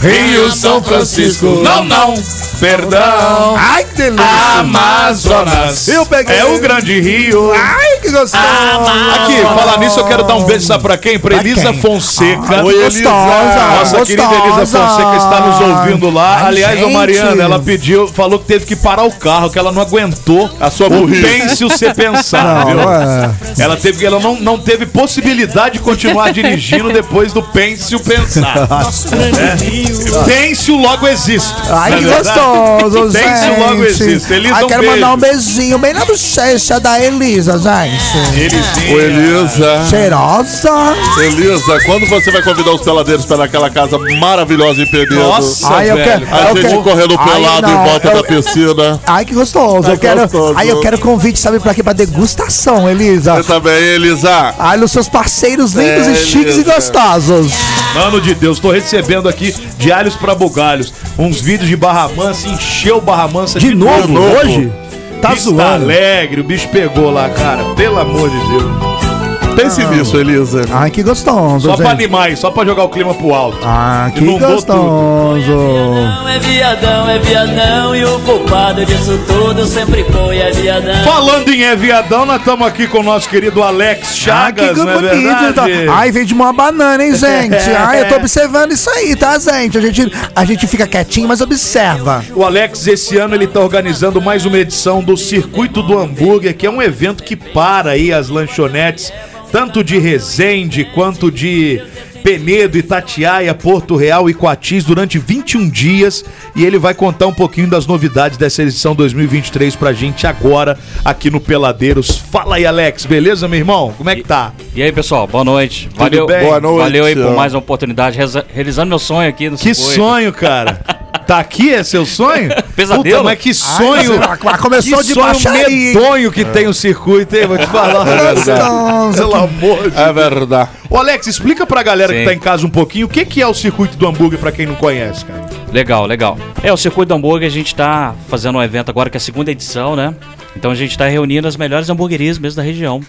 S3: Rio São Francisco. Não, não. Perdão.
S4: Ai, que delícia.
S3: Amazonas.
S4: Eu peguei.
S3: É o grande rio.
S4: Ai, que gostoso.
S3: Aqui, falar nisso, eu quero dar um beijo, sabe pra quem? Pra
S4: Pra
S3: Elisa
S4: quem?
S3: Fonseca.
S4: Oi, Elisa.
S3: Nossa
S4: Gostosa.
S3: querida Elisa Fonseca está nos ouvindo lá.
S4: Ai,
S3: Aliás, ô
S4: gente.
S3: Mariana, ela pediu, falou que teve que parar o carro, que ela não aguentou a sua burrice. Pense o você pensar, viu?
S4: Não, é.
S3: Ela teve ela não, não teve possibilidade de continuar dirigindo depois do pense o pensar. É. Pense o logo existe. é
S4: Ai, que gostoso, gente.
S3: Pense o logo existe. Elisa,
S4: Ai,
S3: um
S4: quero mandar um
S3: beijo.
S4: beijinho bem na bochecha da Elisa, gente.
S5: Ô, Elisa.
S4: Cheirosa.
S5: Elisa, quando você vai convidar os peladeiros para aquela casa maravilhosa em Penedo?
S3: Nossa,
S4: Ai, eu
S3: velho.
S4: quero-
S5: A
S4: eu
S5: gente
S4: quero-
S5: correndo
S4: É Ai,
S5: pelado
S4: não, é
S5: em volta
S4: eu-
S5: da piscina.
S4: Ai, que gostoso.
S5: Ai,
S4: eu quero.
S5: gostoso.
S4: Ai, eu quero convite, sabe, pra quê? Pra degustação, Elisa.
S5: Você tá- também, Elisa?
S4: Ai, os seus parceiros lindos e
S5: Beleza.
S4: chiques e gostosos.
S3: Mano de Deus, tô recebendo aqui de alhos pra bugalhos uns vídeos de Barra Mansa, encheu Barra Mansa
S4: De novo, hoje? Tá
S3: Tá Vista
S4: zoando.
S3: alegre, o bicho pegou lá, cara, pelo amor de Deus.
S5: Pense nisso, Elisa.
S4: Ai, que gostoso.
S3: Só pra
S4: gente.
S3: animar, aí, só pra jogar o clima pro alto.
S4: Ah, que
S3: Inundou
S4: gostoso.
S15: Não é viadão, é viadão e o culpado disso tudo sempre foi é viadão.
S3: Falando em é viadão, nós estamos aqui com o nosso querido Alex
S4: Ah,
S3: Chagas,
S4: que
S3: não é
S4: bonito.
S3: verdade?
S4: Tá. Ai, veio de uma banana, hein, gente? Ai, eu tô observando isso aí, tá, gente? A gente, a gente fica quietinho, mas observa.
S3: O Alex, esse ano, ele tá organizando mais uma edição do Circuito do Hambúrguer, que é um evento que para aí as lanchonetes, tanto de Resende quanto de Penedo, Itatiaia, Porto Real e Coatis durante 21 dias e ele vai contar um pouquinho das novidades dessa edição 2023 pra gente agora aqui no Peladeiros. Fala aí, Alex, beleza, meu irmão? Como é que tá?
S14: E aí, pessoal, boa noite.
S3: Tudo
S14: Valeu,
S3: bem? Boa noite.
S14: Valeu
S5: Então.
S14: aí por mais uma oportunidade, reza- realizando meu sonho aqui no
S3: Que
S14: Sicoi.
S3: sonho, cara. Tá aqui, é seu sonho?
S14: Pesadelo.
S3: Puta, mas que
S5: Ah,
S14: Ai,
S3: sonho.
S4: mas Ah, começou
S3: que
S4: de
S3: sonho
S4: baixaria, hein?
S3: medonho que tem o circuito, hein? Vou te falar.
S5: É verdade.
S3: Pelo amor de
S5: É verdade.
S3: Ô Alex, explica pra galera
S14: Sim.
S3: que tá em casa um pouquinho o que, que é o circuito do hambúrguer pra quem não conhece, cara.
S14: Legal, legal. É, o Circuito do Hambúrguer, a gente tá fazendo um evento agora que é a segunda edição, né? Então a gente tá reunindo as melhores hamburguerias mesmo da região.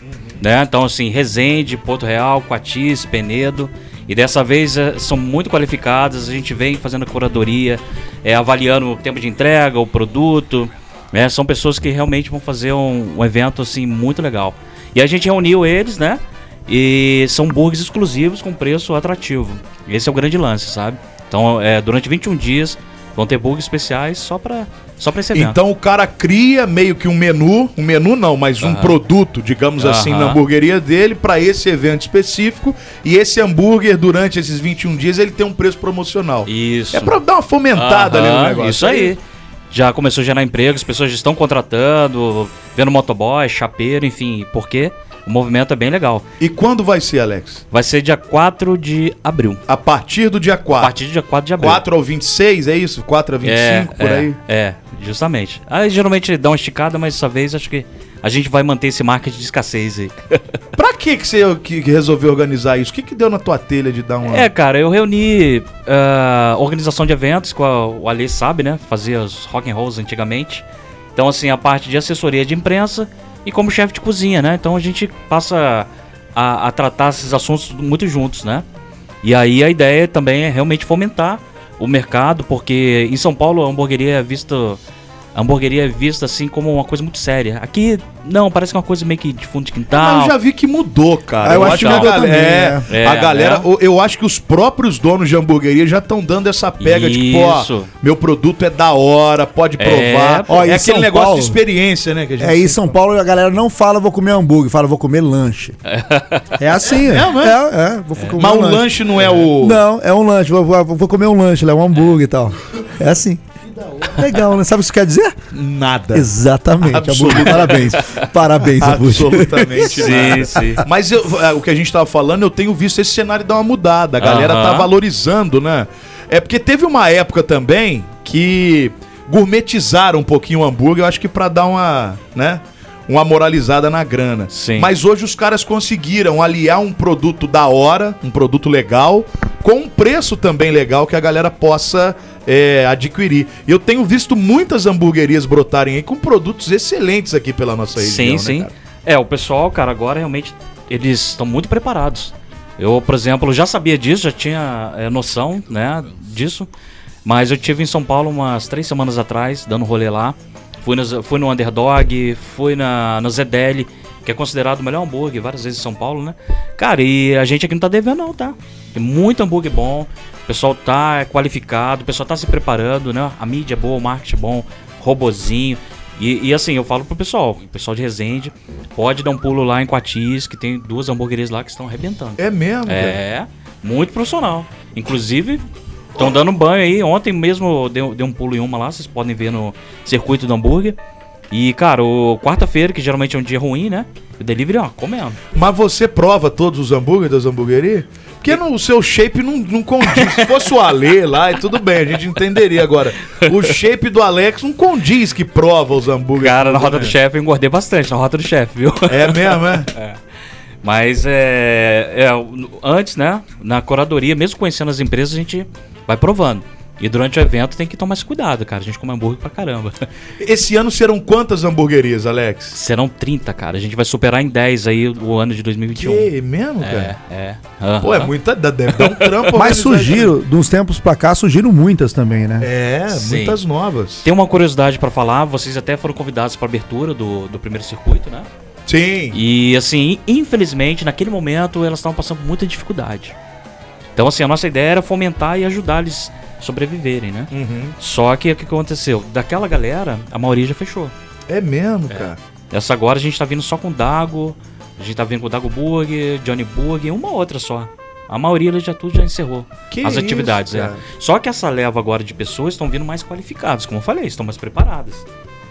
S14: Né? Então, assim, Resende, Porto Real, Coatis, Penedo. E dessa vez eh, são muito qualificadas, a gente vem fazendo curadoria, eh, avaliando o tempo de entrega, o produto. né? São pessoas que realmente vão fazer um, um evento assim muito legal. E a gente reuniu eles, né? E são burgers exclusivos com preço atrativo. Esse é o grande lance, sabe? Então, é, durante 21 dias vão ter burgers especiais só pra, só pra esse evento.
S3: Então o cara cria meio que um menu, um menu não, mas um
S14: Aham.
S3: produto, digamos assim,
S14: Aham.
S3: na hamburgueria dele pra esse evento específico. E esse hambúrguer, durante esses 21 dias, ele tem um preço promocional.
S14: Isso.
S3: É pra dar uma fomentada ali no
S14: Aham,
S3: negócio.
S14: Isso aí. Já começou a gerar emprego, as pessoas já estão contratando, vendo motoboy, chapeiro, enfim, porque o movimento é bem legal.
S3: E quando vai ser, Alex?
S14: Vai ser dia 4 de abril.
S3: A partir do dia 4.
S14: A partir do dia 4 de abril.
S3: 4 ao 26, é isso? 4 a 25, por
S14: é,
S3: aí?
S14: É, justamente. Aí geralmente dá uma esticada, mas dessa vez acho que a gente vai manter esse marketing de escassez aí.
S3: Pra que, que você que que resolveu organizar isso? O que, que deu na tua telha de dar uma.
S14: É, cara, eu reuni ah, organização de eventos, com a, o Alê sabe, né? Fazia os rock and rolls antigamente. Então, assim, a parte de assessoria de imprensa e como chefe de cozinha, né? Então a gente passa a, a tratar esses assuntos muito juntos, né? E aí a ideia também é realmente fomentar o mercado, porque em São Paulo a hamburgueria é visto. A hamburgueria é vista assim como uma coisa muito séria. Aqui, não, parece que é uma coisa meio que de fundo de quintal.
S3: Mas
S12: Ah.
S3: eu já vi que mudou, cara.
S14: Ah, eu
S3: acho
S14: acho
S3: que a
S14: que mudou
S3: galera,
S14: também,
S3: é,
S14: né?
S3: a
S14: É,
S3: galera
S14: né?
S3: o- eu acho que os próprios donos de hamburgueria já estão dando essa pega de tipo, ó,
S14: Isso.
S3: meu produto é da hora, pode provar.
S4: pô. Ó, em
S3: é
S4: São
S3: aquele negócio
S4: Paulo-
S3: de experiência, né, que a gente
S4: É, em São Paulo a galera não fala vou comer hambúrguer, fala vou comer lanche. É assim,
S3: É,
S4: é,
S3: né?
S4: é, vou comer
S3: Mas o
S4: um lanche.
S3: lanche não é o
S4: Não, é um lanche, vou, vou- vou comer um lanche, lá, um hambúrguer e tal. É assim. Legal, né? Sabe o que isso quer dizer?
S3: nada.
S4: Exatamente.
S3: Absoluta-
S4: Hambúrguer, parabéns. Parabéns, hambúrguer.
S3: Absolutamente.
S14: Sim,
S3: nada.
S14: sim.
S3: Mas eu- é, o que a gente tava falando, eu tenho visto esse cenário dar uma mudada. A galera
S14: Aham.
S3: tá valorizando, né? É porque teve uma época também que gourmetizaram um pouquinho o hambúrguer, eu acho que pra dar uma, né? Uma moralizada na grana.
S14: Sim.
S3: Mas hoje os caras conseguiram aliar um produto da hora, um produto legal, com um preço também legal que a galera possa é, adquirir. E eu tenho visto muitas hamburguerias brotarem aí com produtos excelentes aqui pela nossa
S14: Sim,
S3: região. né,
S14: sim.
S3: cara?
S14: é, o pessoal, cara, agora realmente eles estão muito preparados. Eu, por exemplo, já sabia disso, já tinha é, noção, né, disso. Mas eu tive em São Paulo umas três semanas atrás, dando rolê lá. Fui, nas, fui no Underdog, fui na, no ZDL, que é considerado o melhor hambúrguer várias vezes em São Paulo, né? Cara, e a gente aqui não tá devendo não, tá? Tem muito hambúrguer bom, o pessoal tá qualificado, o pessoal tá se preparando, né? A mídia é boa, o marketing é bom, robozinho. E, e assim, eu falo pro pessoal, o pessoal de Resende, pode dar um pulo lá em Coatis, que tem duas hamburguerias lá que estão arrebentando.
S3: É mesmo? cara?
S14: É, muito profissional. Inclusive, estão dando banho aí. Ontem mesmo eu dei, dei um pulo em uma lá, vocês podem ver no circuito do hambúrguer. E, cara, o quarta-feira, que geralmente é um dia ruim, né? O delivery, ó, comendo.
S3: Mas você prova todos os hambúrgueres das hamburguerias? Porque no- o seu shape não, não condiz. Se fosse o Alê lá, e tudo bem, a gente entenderia agora. O shape do Alex não condiz que prova os hambúrgueres.
S14: Cara, na rota do chefe eu engordei bastante, na rota do chefe, viu?
S3: É mesmo, é?
S14: Mas é, é, o- Antes, né? Na curadoria, mesmo conhecendo as empresas, a gente vai provando. E durante o evento tem que tomar esse cuidado, cara. A gente come hambúrguer pra caramba.
S3: Esse ano serão quantas hamburguerias, Alex?
S14: Serão 30, cara. A gente vai superar em 10 aí o ano de 2021.
S3: Que mesmo, cara?
S14: É, é.
S3: Pô, é
S14: Aham.
S3: muita. dá- Deve dar um trampo. organizar
S4: Mas surgiram, de uns tempos pra cá, surgiram muitas também, né?
S3: É,
S14: Sim.
S3: muitas novas.
S14: Tem uma curiosidade pra falar, vocês até foram convidados pra abertura do, do primeiro circuito, né?
S3: Sim.
S14: E assim, infelizmente, naquele momento elas estavam passando muita dificuldade. Então, assim, a nossa ideia era fomentar e ajudar eles sobreviverem, né?
S3: Uhum.
S14: Só que o que aconteceu? Daquela galera, a maioria já fechou.
S3: É mesmo, cara.
S14: Essa agora a gente tá vindo só com Dago, a gente tá vindo com Dago Burger, Johnny Burger, uma outra só. A maioria ele já tudo já encerrou
S3: Que
S14: as
S3: isso,
S14: atividades. é.
S3: cara.
S14: Só que essa leva agora de pessoas estão vindo mais qualificadas, como eu falei, estão mais preparadas.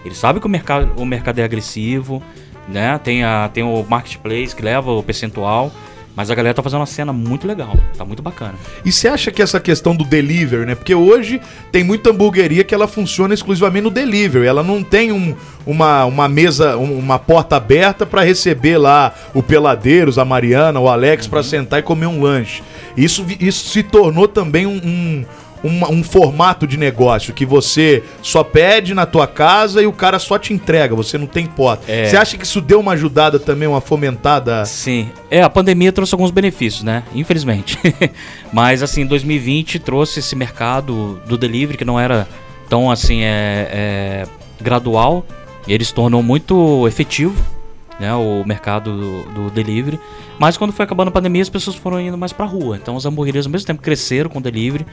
S14: Eles sabem que o mercado, o mercado é agressivo, né? Tem, a, tem o marketplace que leva o percentual. Mas a galera tá fazendo uma cena muito legal, tá muito bacana.
S3: E você acha que essa questão do delivery, né? Porque hoje tem muita hamburgueria que ela funciona exclusivamente no delivery. Ela não tem um- uma, uma mesa, um- uma porta aberta pra receber lá o Peladeiros, a Mariana, o Alex pra sentar e comer um lanche. Isso, vi- isso se tornou também um- um, uma- um formato de negócio que você só pede na tua casa e o cara só te entrega, você não tem porta.
S14: É.
S3: Você acha que isso deu uma ajudada também, uma fomentada?
S14: Sim. É, a pandemia trouxe alguns benefícios, né? Infelizmente. Mas, assim, 2020 trouxe esse mercado do delivery que não era tão, assim, é, é, gradual. Ele se tornou muito efetivo, né? O mercado do, do delivery. Mas quando foi acabando a pandemia, as pessoas foram indo mais pra rua. Então, as hamburguerias, ao mesmo tempo, cresceram com o delivery.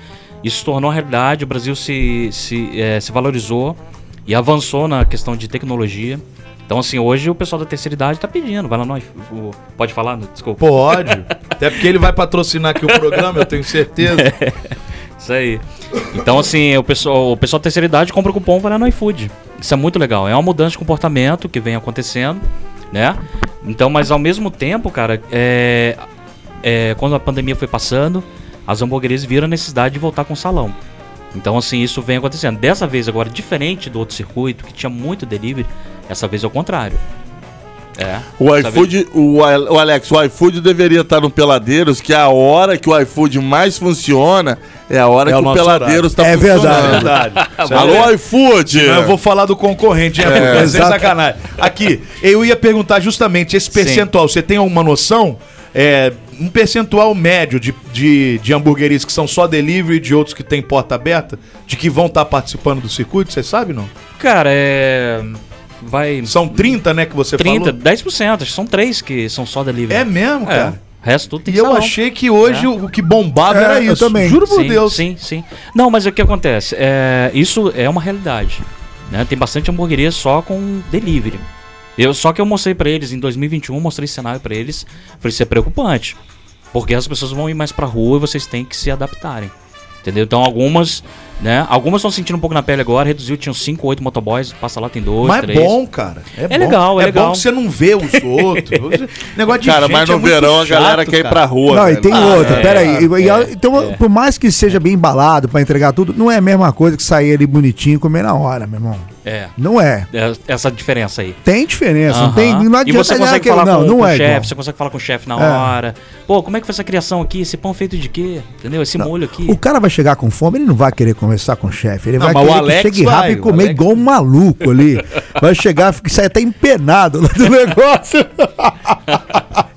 S14: Isso se tornou a realidade. O Brasil se, se, é, se valorizou e avançou na questão de tecnologia. Então, assim, hoje o pessoal da terceira idade tá pedindo. Vai lá, nós. o- Pode falar? Desculpa.
S3: Pode. Até porque ele vai patrocinar aqui o programa, eu tenho certeza.
S14: Isso aí. Então, assim, o pessoal, o pessoal da terceira idade compra o cupom vai lá no iFood. Isso é muito legal. É uma mudança de comportamento que vem acontecendo, né? Então, mas ao mesmo tempo, cara, é, é, quando a pandemia foi passando, as hamburguerias viram a necessidade de voltar com o salão. Então, assim, isso vem acontecendo. Dessa vez, agora, diferente do outro circuito, que tinha muito delivery, essa vez é o contrário. É.
S5: O
S14: Dessa vez-
S5: iFood, o, Ale- o Alex, o iFood deveria estar no Peladeiros, que é a hora que o iFood mais funciona é a hora
S3: É o
S5: que o
S3: nosso
S5: Peladeiros está
S3: horário. É
S5: funcionando.
S3: verdade. É verdade.
S5: Alô, iFood!
S3: Não, eu vou falar do concorrente, né?
S5: É.
S3: Porque, sem
S5: Exato.
S3: sacanagem. Aqui, eu ia perguntar justamente esse percentual. Você tem alguma noção? É, um percentual médio de, de, de hamburguerias que são só delivery e de outros que tem porta aberta, de que vão estar participando do circuito, você sabe não?
S14: Cara, é. Vai.
S3: São 30, né, que você
S14: 30,
S3: falou?
S14: 10%. Acho que são três que são só delivery.
S3: É mesmo, cara?
S14: O resto tudo tem
S3: E eu
S14: salão.
S3: achei que hoje o que bombava
S14: É,
S3: era
S14: eu
S3: isso.
S14: também.
S3: Juro por
S14: Sim,
S3: Deus.
S14: Sim, sim. Não, mas o que acontece? É, isso é uma realidade. né? Tem bastante hamburgueria só com delivery. Eu, só que eu mostrei pra eles, em 2021, mostrei esse cenário pra eles. Falei, isso é preocupante. Porque as pessoas vão ir mais pra rua e vocês têm que se adaptarem. Entendeu? Então algumas, né? Algumas estão sentindo um pouco na pele agora, reduziu, tinham 5, 8 motoboys, passa lá tem dois,
S3: Mas é
S14: três.
S3: bom, cara.
S14: É,
S3: bom.
S14: legal, é,
S3: é
S14: legal.
S3: bom que você não vê os outros. Negócio de
S5: Cara,
S3: gente
S5: mas no
S3: é muito
S5: verão a
S3: chato,
S5: galera quer ir pra
S3: cara.
S5: rua,
S4: Não, e
S5: velho.
S4: tem
S5: Ah,
S4: outra,
S5: é,
S4: peraí. E- e-
S5: é,
S4: então, por mais que seja bem embalado pra entregar tudo, não é a mesma coisa que sair ali bonitinho e comer na hora, meu irmão.
S14: É.
S4: Não é.
S14: É Essa diferença aí.
S4: Tem diferença, não
S14: Aham.
S4: tem. Não
S14: e
S4: adianta
S14: você
S4: olhar
S14: consegue
S4: aquele-
S14: falar
S4: não,
S14: com,
S4: não
S14: com
S4: é
S14: o
S4: igual.
S14: chefe, você consegue falar com o chefe na
S4: É.
S14: hora. Pô, como é que foi essa criação aqui? Esse pão feito de quê? Entendeu? Esse molho aqui.
S4: O cara vai chegar com fome, ele não vai querer conversar com o chefe. Ele
S14: Não,
S4: vai
S14: mas o
S4: querer
S14: Alex
S4: que chegue
S14: vai,
S4: rápido e
S14: o
S4: comer
S14: Alex-
S4: igual um maluco ali. Vai chegar, fica, sai até empenado lá do negócio.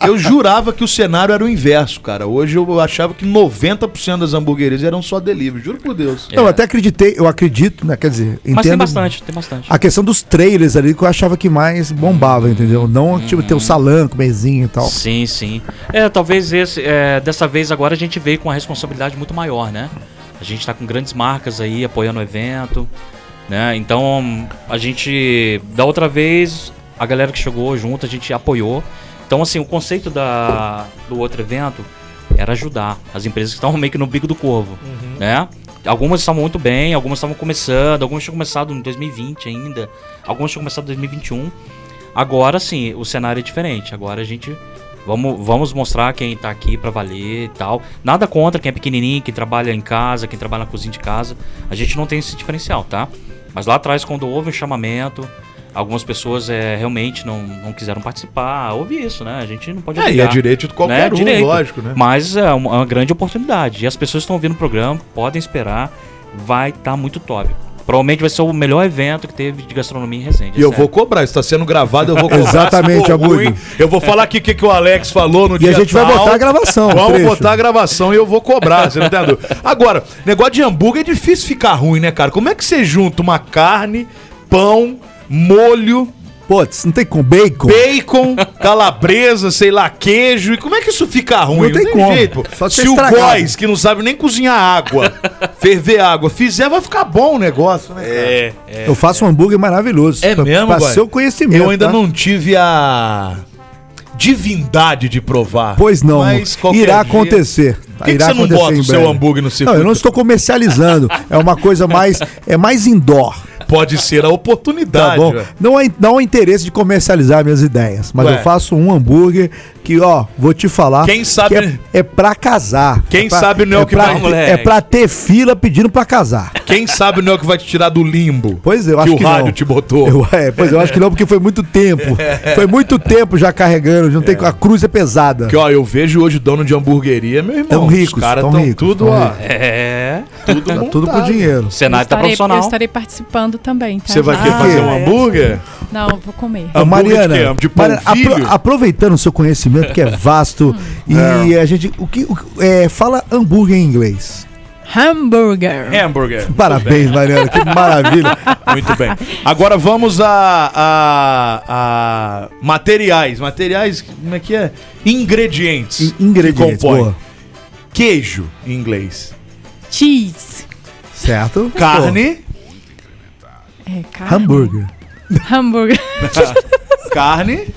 S3: Eu jurava que o cenário era o inverso, cara. Hoje eu achava que 90% das hamburguerias eram só delivery, juro por
S14: É.
S3: Deus. Então,
S4: Não, eu até acreditei, eu acredito, né? Quer dizer, entendo.
S14: Mas tem bastante, tem bastante.
S4: A questão dos trailers ali que eu achava que mais bombava, entendeu? Não
S14: Hum.
S4: tipo ter o salão, com mesinho e tal.
S14: Sim, sim. É, talvez esse, é, dessa vez agora a gente veio com uma responsabilidade muito maior, né? A gente tá com grandes marcas aí apoiando o evento, né? Então a gente, da outra vez, a galera que chegou junto, a gente apoiou. Então, assim, o conceito da, do outro evento era ajudar as empresas que estavam meio que no bico do corvo, né? Algumas estavam muito bem, algumas estavam começando, algumas tinham começado em 2020 ainda, algumas tinham começado em 2021. Agora sim, o cenário é diferente. Agora a gente vamos, vamos mostrar quem tá aqui pra valer e tal. Nada contra quem é pequenininho, quem trabalha em casa, quem trabalha na cozinha de casa. A gente não tem esse diferencial, tá? Mas lá atrás, quando houve um chamamento, algumas pessoas é, realmente não, não quiseram participar. Houve isso, né? A gente não pode
S3: É, e é direito de qualquer um, lógico, né?
S14: Mas é uma, é uma grande oportunidade. E as pessoas estão ouvindo o programa, podem esperar. Vai estar muito top. Provavelmente vai ser o melhor evento que teve de gastronomia em Resende.
S3: E eu
S14: sério.
S3: vou cobrar, isso tá sendo gravado, eu vou cobrar.
S4: Exatamente,
S3: Se for
S4: Abud.
S3: ruim, Eu vou falar aqui o que, que o Alex falou no
S4: E
S3: dia
S4: a gente vai botar a gravação, o
S3: Vamos
S4: trecho.
S3: botar a gravação e eu vou cobrar, você não tem a dúvida. Agora, negócio de hambúrguer é difícil ficar ruim, né, cara? Como é que você junta uma carne, pão, molho...
S4: Putz, não tem com bacon?
S3: Bacon, calabresa, sei lá, queijo. E como é que isso fica ruim?
S4: Não tem como. Só
S3: Se
S4: ser
S3: o
S4: estragado.
S3: góis, que não sabe nem cozinhar água, ferver água, fizer, vai ficar bom o negócio, né, cara? É,
S4: eu faço um hambúrguer maravilhoso.
S3: É mesmo,
S4: Pra tá?
S3: boy?
S4: seu conhecimento.
S3: Eu ainda
S4: tá?
S3: não tive a divindade de provar.
S4: Pois não,
S3: Mas qualquer
S4: irá
S3: dia-
S4: acontecer.
S3: Por que que
S4: Irá
S3: você não
S4: acontecer
S3: bota
S4: em
S3: o seu
S4: breve.
S3: hambúrguer no circuito?
S4: Não, eu não estou comercializando. é uma coisa mais, é mais indoor.
S3: Pode ser a oportunidade.
S4: Tá bom?
S3: ué.
S4: Não há, não há interesse de comercializar minhas ideias, mas
S3: né? Ué.
S4: eu faço um hambúrguer que, ó, vou te falar.
S3: Quem sabe-
S4: que É, é pra casar.
S3: Quem
S4: É pra-
S3: sabe não é o que
S4: pra,
S3: vai- moleque.
S4: É pra ter fila pedindo pra casar.
S3: Quem sabe não é o que vai te tirar do limbo.
S4: Pois eu acho
S3: que
S4: que
S3: o rádio
S4: não.
S3: te botou.
S4: Eu- é, pois eu acho que não, porque foi muito tempo. Foi muito tempo já carregando. Não tem, a cruz é pesada.
S3: Que ó, eu vejo hoje dono de hamburgueria, meu irmão.
S4: Tão ricos,
S3: os caras
S4: tão
S3: tão,
S4: ricos,
S3: tudo,
S4: tão
S3: ó.
S4: ricos.
S14: É.
S3: Tudo,
S4: Tá tudo por dinheiro.
S14: Senado tá
S11: estarei, eu
S14: profissional.
S11: estarei participando também, tá?
S3: Você vai querer
S11: gente?
S3: fazer um hambúrguer?
S11: Não, eu vou comer.
S4: Ô, Ah, é. Mariana,
S3: é de quê? De pão
S4: Mariana, apro-
S3: filho?
S4: aproveitando o seu conhecimento que é vasto e
S3: É.
S4: a gente o que o que- é, fala hambúrguer em inglês.
S11: Hambúrguer.
S14: É.
S3: Hambúrguer.
S4: Parabéns, Mariana, que maravilha.
S3: Muito bem. Agora vamos a, a, a materiais. Materiais, como é que é? Ingredientes. que
S4: ingredientes,
S3: compõem.
S4: boa.
S3: Queijo, em inglês.
S11: Cheese.
S4: Certo?
S3: Carne.
S11: É, carne.
S4: Hambúrguer.
S11: Hambúrguer.
S3: Carne.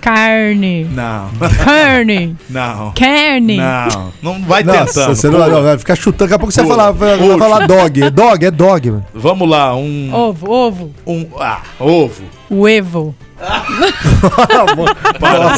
S11: Carne.
S3: Não.
S11: Carne.
S3: Não.
S11: Carne.
S3: Não. Não vai
S4: Nossa,
S3: tentando.
S4: Você não,
S3: Pula.
S4: não, vai ficar chutando. Daqui a pouco você vai
S3: Pula.
S4: falar, vai vai
S3: Puxa.
S4: falar dog. É dog, é dog. mano.
S3: Vamos lá, um.
S11: Ovo, ovo.
S3: Um. Ah, ovo.
S11: O Evo.
S3: Para.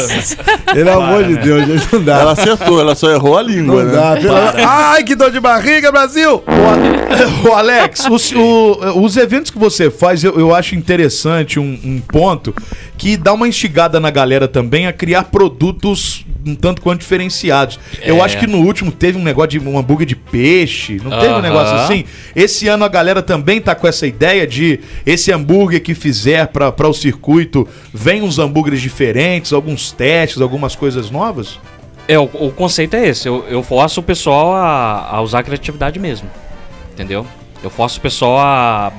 S4: Pelo amor de
S5: né?
S4: Deus, gente, não dá.
S5: Ela acertou, ela só errou a língua,
S4: Não
S5: né?
S4: dá, pelo-
S5: Para.
S4: Ai, que dor de barriga, Brasil!
S3: Ô, Alex, os, o- os eventos que você faz, eu, eu acho interessante um, um ponto que dá uma instigada na galera também a criar produtos um tanto quanto diferenciados. Eu
S14: É.
S3: acho que no último teve um negócio de um hambúrguer de peixe, não teve um
S14: Aham.
S3: negócio assim? Esse ano a galera também tá com essa ideia de esse hambúrguer que fizer para o circuito, vem uns hambúrgueres diferentes, alguns testes, algumas coisas novas?
S14: É, o, o conceito é esse. Eu, eu forço o pessoal a, a usar a criatividade mesmo. Entendeu? Eu forço o pessoal a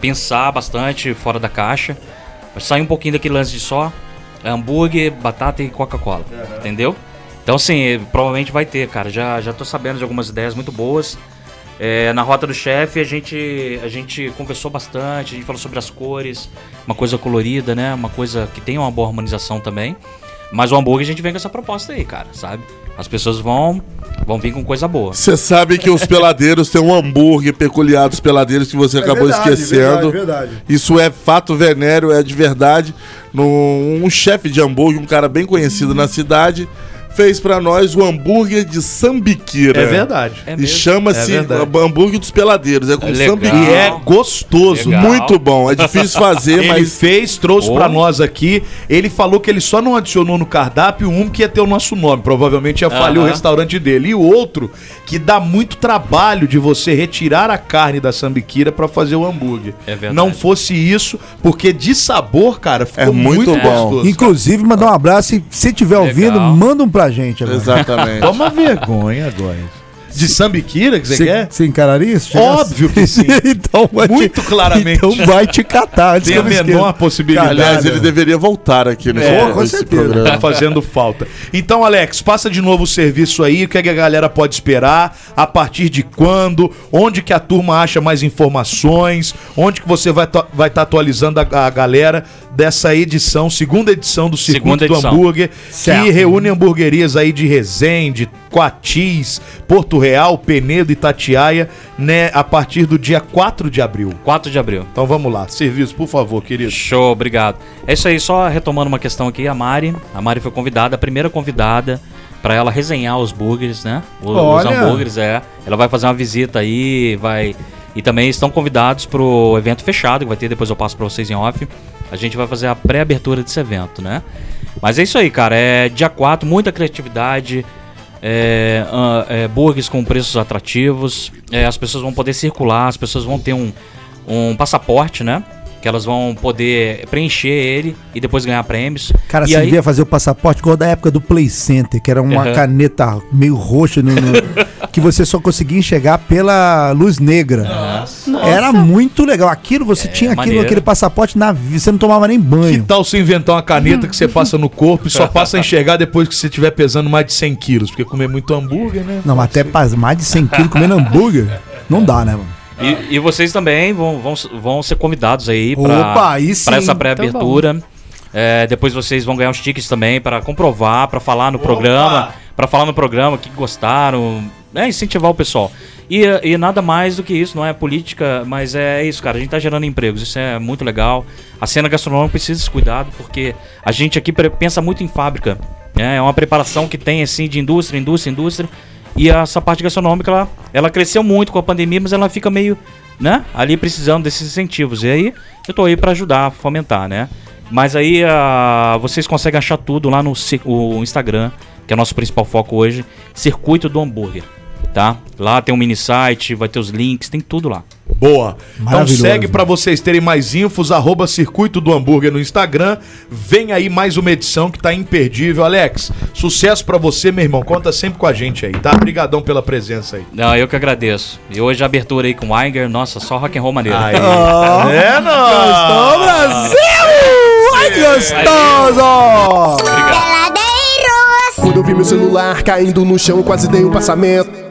S14: pensar bastante fora da caixa. Sair um pouquinho daquele lance de só hambúrguer, batata e Coca-Cola. Entendeu? Então, assim, eh, provavelmente vai ter, cara. Já, já tô sabendo de algumas ideias muito boas. É, na Rota do Chefe a gente, a gente conversou bastante, a gente falou sobre as cores, uma coisa colorida, né? Uma coisa que tem uma boa harmonização também. Mas o hambúrguer a gente vem com essa proposta aí, cara, sabe? As pessoas vão, vão vir com coisa boa.
S5: Você sabe que os peladeiros têm um hambúrguer peculiar dos peladeiros que você acabou
S4: É verdade, é
S5: esquecendo.
S4: verdade, verdade.
S5: Isso é fato venéreo, é de verdade. No- um chefe de hambúrguer, um cara bem conhecido na cidade, fez pra nós o hambúrguer de sambiquira.
S3: É verdade. É
S5: e
S3: mesmo.
S5: chama-se
S3: É verdade.
S5: hambúrguer dos peladeiros. É com
S3: Legal.
S5: sambiquira.
S3: E é gostoso.
S5: Legal. Muito bom. É difícil fazer,
S3: ele
S5: mas-
S3: fez, trouxe
S5: Oh.
S3: pra nós aqui. Ele falou que ele só não adicionou no cardápio um que ia ter o nosso nome. Provavelmente ia falhar o
S14: Aham.
S3: restaurante dele. E o outro que dá muito trabalho de você retirar a carne da sambiquira pra fazer o hambúrguer.
S14: É verdade.
S3: Não fosse isso, porque de sabor, cara, ficou
S5: É muito bom.
S4: Inclusive, mandar um abraço e se tiver ouvindo, manda um pra gente agora.
S5: Exatamente.
S3: Toma vergonha agora. De sambiquira que você
S4: Você
S3: quer?
S4: você encararia isso?
S3: Óbvio que sim.
S4: então vai
S3: Muito claramente.
S4: Então vai te catar. antes
S3: Tem
S4: que
S3: a
S4: eu me esqueça.
S3: menor possibilidade.
S5: Aliás, ele deveria voltar aqui nesse,
S3: É, com
S5: nesse
S3: certeza. Tá fazendo falta. Então, Alex, passa de novo o serviço aí, o que é que a galera pode esperar, a partir de quando, onde que a turma acha mais informações, onde que você vai estar atualizando a, a galera dessa edição, segunda edição do Circuito
S14: Segunda
S3: do
S14: edição.
S3: Hambúrguer, que
S14: Certo.
S3: reúne hamburguerias aí de Resende, Coatis, Porto Real, Penedo e Itatiaia, né, a partir do dia 4 de abril.
S14: 4 de abril.
S3: Então vamos lá, serviço, por favor, querido.
S14: Show, obrigado. É isso aí, só retomando uma questão aqui, a Mari. A Mari foi convidada, a primeira convidada pra ela resenhar os burgers, né? O- Os,
S16: Olha!
S14: hambúrgueres, é. Ela vai fazer uma visita aí, vai. E também estão convidados pro evento fechado, que vai ter, depois eu passo pra vocês em off. A gente vai fazer a pré-abertura desse evento, né? Mas é isso aí, cara. É dia 4, muita criatividade. É, ah, é, burgers com preços atrativos. É, as pessoas vão poder circular, as pessoas vão ter um, um passaporte, né? Que elas vão poder preencher ele e depois ganhar prêmios.
S4: Cara,
S14: e
S4: você
S14: aí-
S4: devia fazer o passaporte igual da época do Play Center, que era uma
S14: Aham.
S4: caneta meio roxa no- no- que você só conseguia enxergar pela luz negra. Era muito legal. Aquilo,
S14: É,
S4: você tinha aquilo,
S3: maneiro.
S4: aquele passaporte na vida, você não tomava nem banho.
S3: Que tal você inventar uma caneta que você passa no corpo e só passa a enxergar depois que você estiver pesando mais de 100 quilos? Porque comer muito hambúrguer, né?
S4: Não, até pas- mais de 100 quilos comendo hambúrguer, não dá, né, mano?
S14: E, e vocês também vão, vão, vão ser convidados aí
S4: Opa,
S14: para
S4: aí sim.
S14: essa
S4: Tá
S14: pré-abertura. É, depois vocês vão ganhar uns tickets também para comprovar, para falar no programa, para falar no programa o que gostaram, né, incentivar o pessoal. E, e nada mais do que isso, não é política, mas é isso, cara. A gente tá gerando empregos, isso é muito legal. A cena gastronômica precisa desse cuidado, porque a gente aqui pre- pensa muito em fábrica. né, É uma preparação que tem assim de indústria, indústria, indústria. E essa parte gastronômica, ela, ela cresceu muito com a pandemia, mas ela fica meio, né? Ali precisando desses incentivos. E aí, eu tô aí para ajudar, fomentar, né? Mas aí ah, vocês conseguem achar tudo lá no cir- o Instagram, que é o nosso principal foco hoje, Circuito do Hambúrguer, tá? Lá tem um mini site, vai ter os links, tem tudo lá.
S3: Boa. Então
S14: Maravilhoso.
S3: segue pra vocês terem mais infos, arroba Circuito do Hambúrguer no Instagram. Vem aí mais uma edição que tá imperdível. Alex, sucesso pra você, meu irmão. Conta sempre com a gente aí, tá? Obrigadão pela presença aí.
S14: Não, eu que agradeço. E hoje a abertura aí com o Weinger, nossa, só rock and roll maneiro. né?
S3: Aí.
S4: Ó,
S3: É, não. É.
S4: Gostou, Brasil? Ai, gostoso!
S10: Quando eu vi meu celular caindo no chão, quase dei um passamento.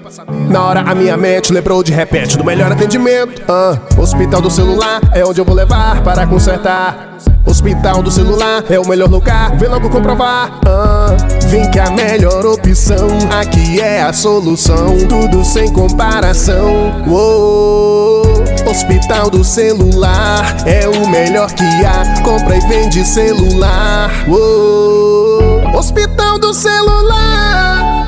S10: Na hora a minha mente lembrou de repente do melhor atendimento. Ah, hospital do celular é onde eu vou levar para consertar. Hospital do celular é o melhor lugar, vem logo comprovar. Ah, vem que a melhor opção aqui é a solução, tudo sem comparação. Uou, hospital do celular é o melhor que há, compra e vende celular. Uou, hospital do celular.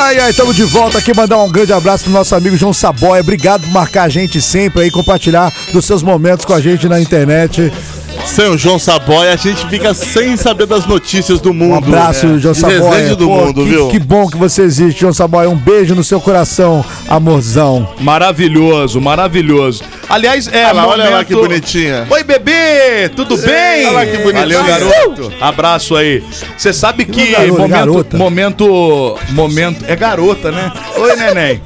S4: Ai, ai, estamos de volta aqui. Mandar um grande abraço pro nosso amigo João Saboia. Obrigado por marcar a gente sempre aí, compartilhar dos seus momentos com a gente na internet.
S5: Sem o João Saboia, a gente fica sem saber das notícias do mundo. né? É.
S4: Um abraço, João
S5: De
S4: Saboia.
S5: Resende do
S4: Pô,
S5: mundo,
S4: que,
S5: viu?
S4: que bom que você existe, João Saboia. Um beijo no seu coração, amorzão.
S3: Maravilhoso, maravilhoso. Aliás, é.
S5: Olha lá, olha lá
S3: momento-
S5: que bonitinha.
S3: Oi, bebê! Tudo bem?
S5: olha lá que bonitinha.
S3: Valeu, garoto. Abraço aí. Você sabe que, momento, momento. Momento. É garota, né? Oi, neném.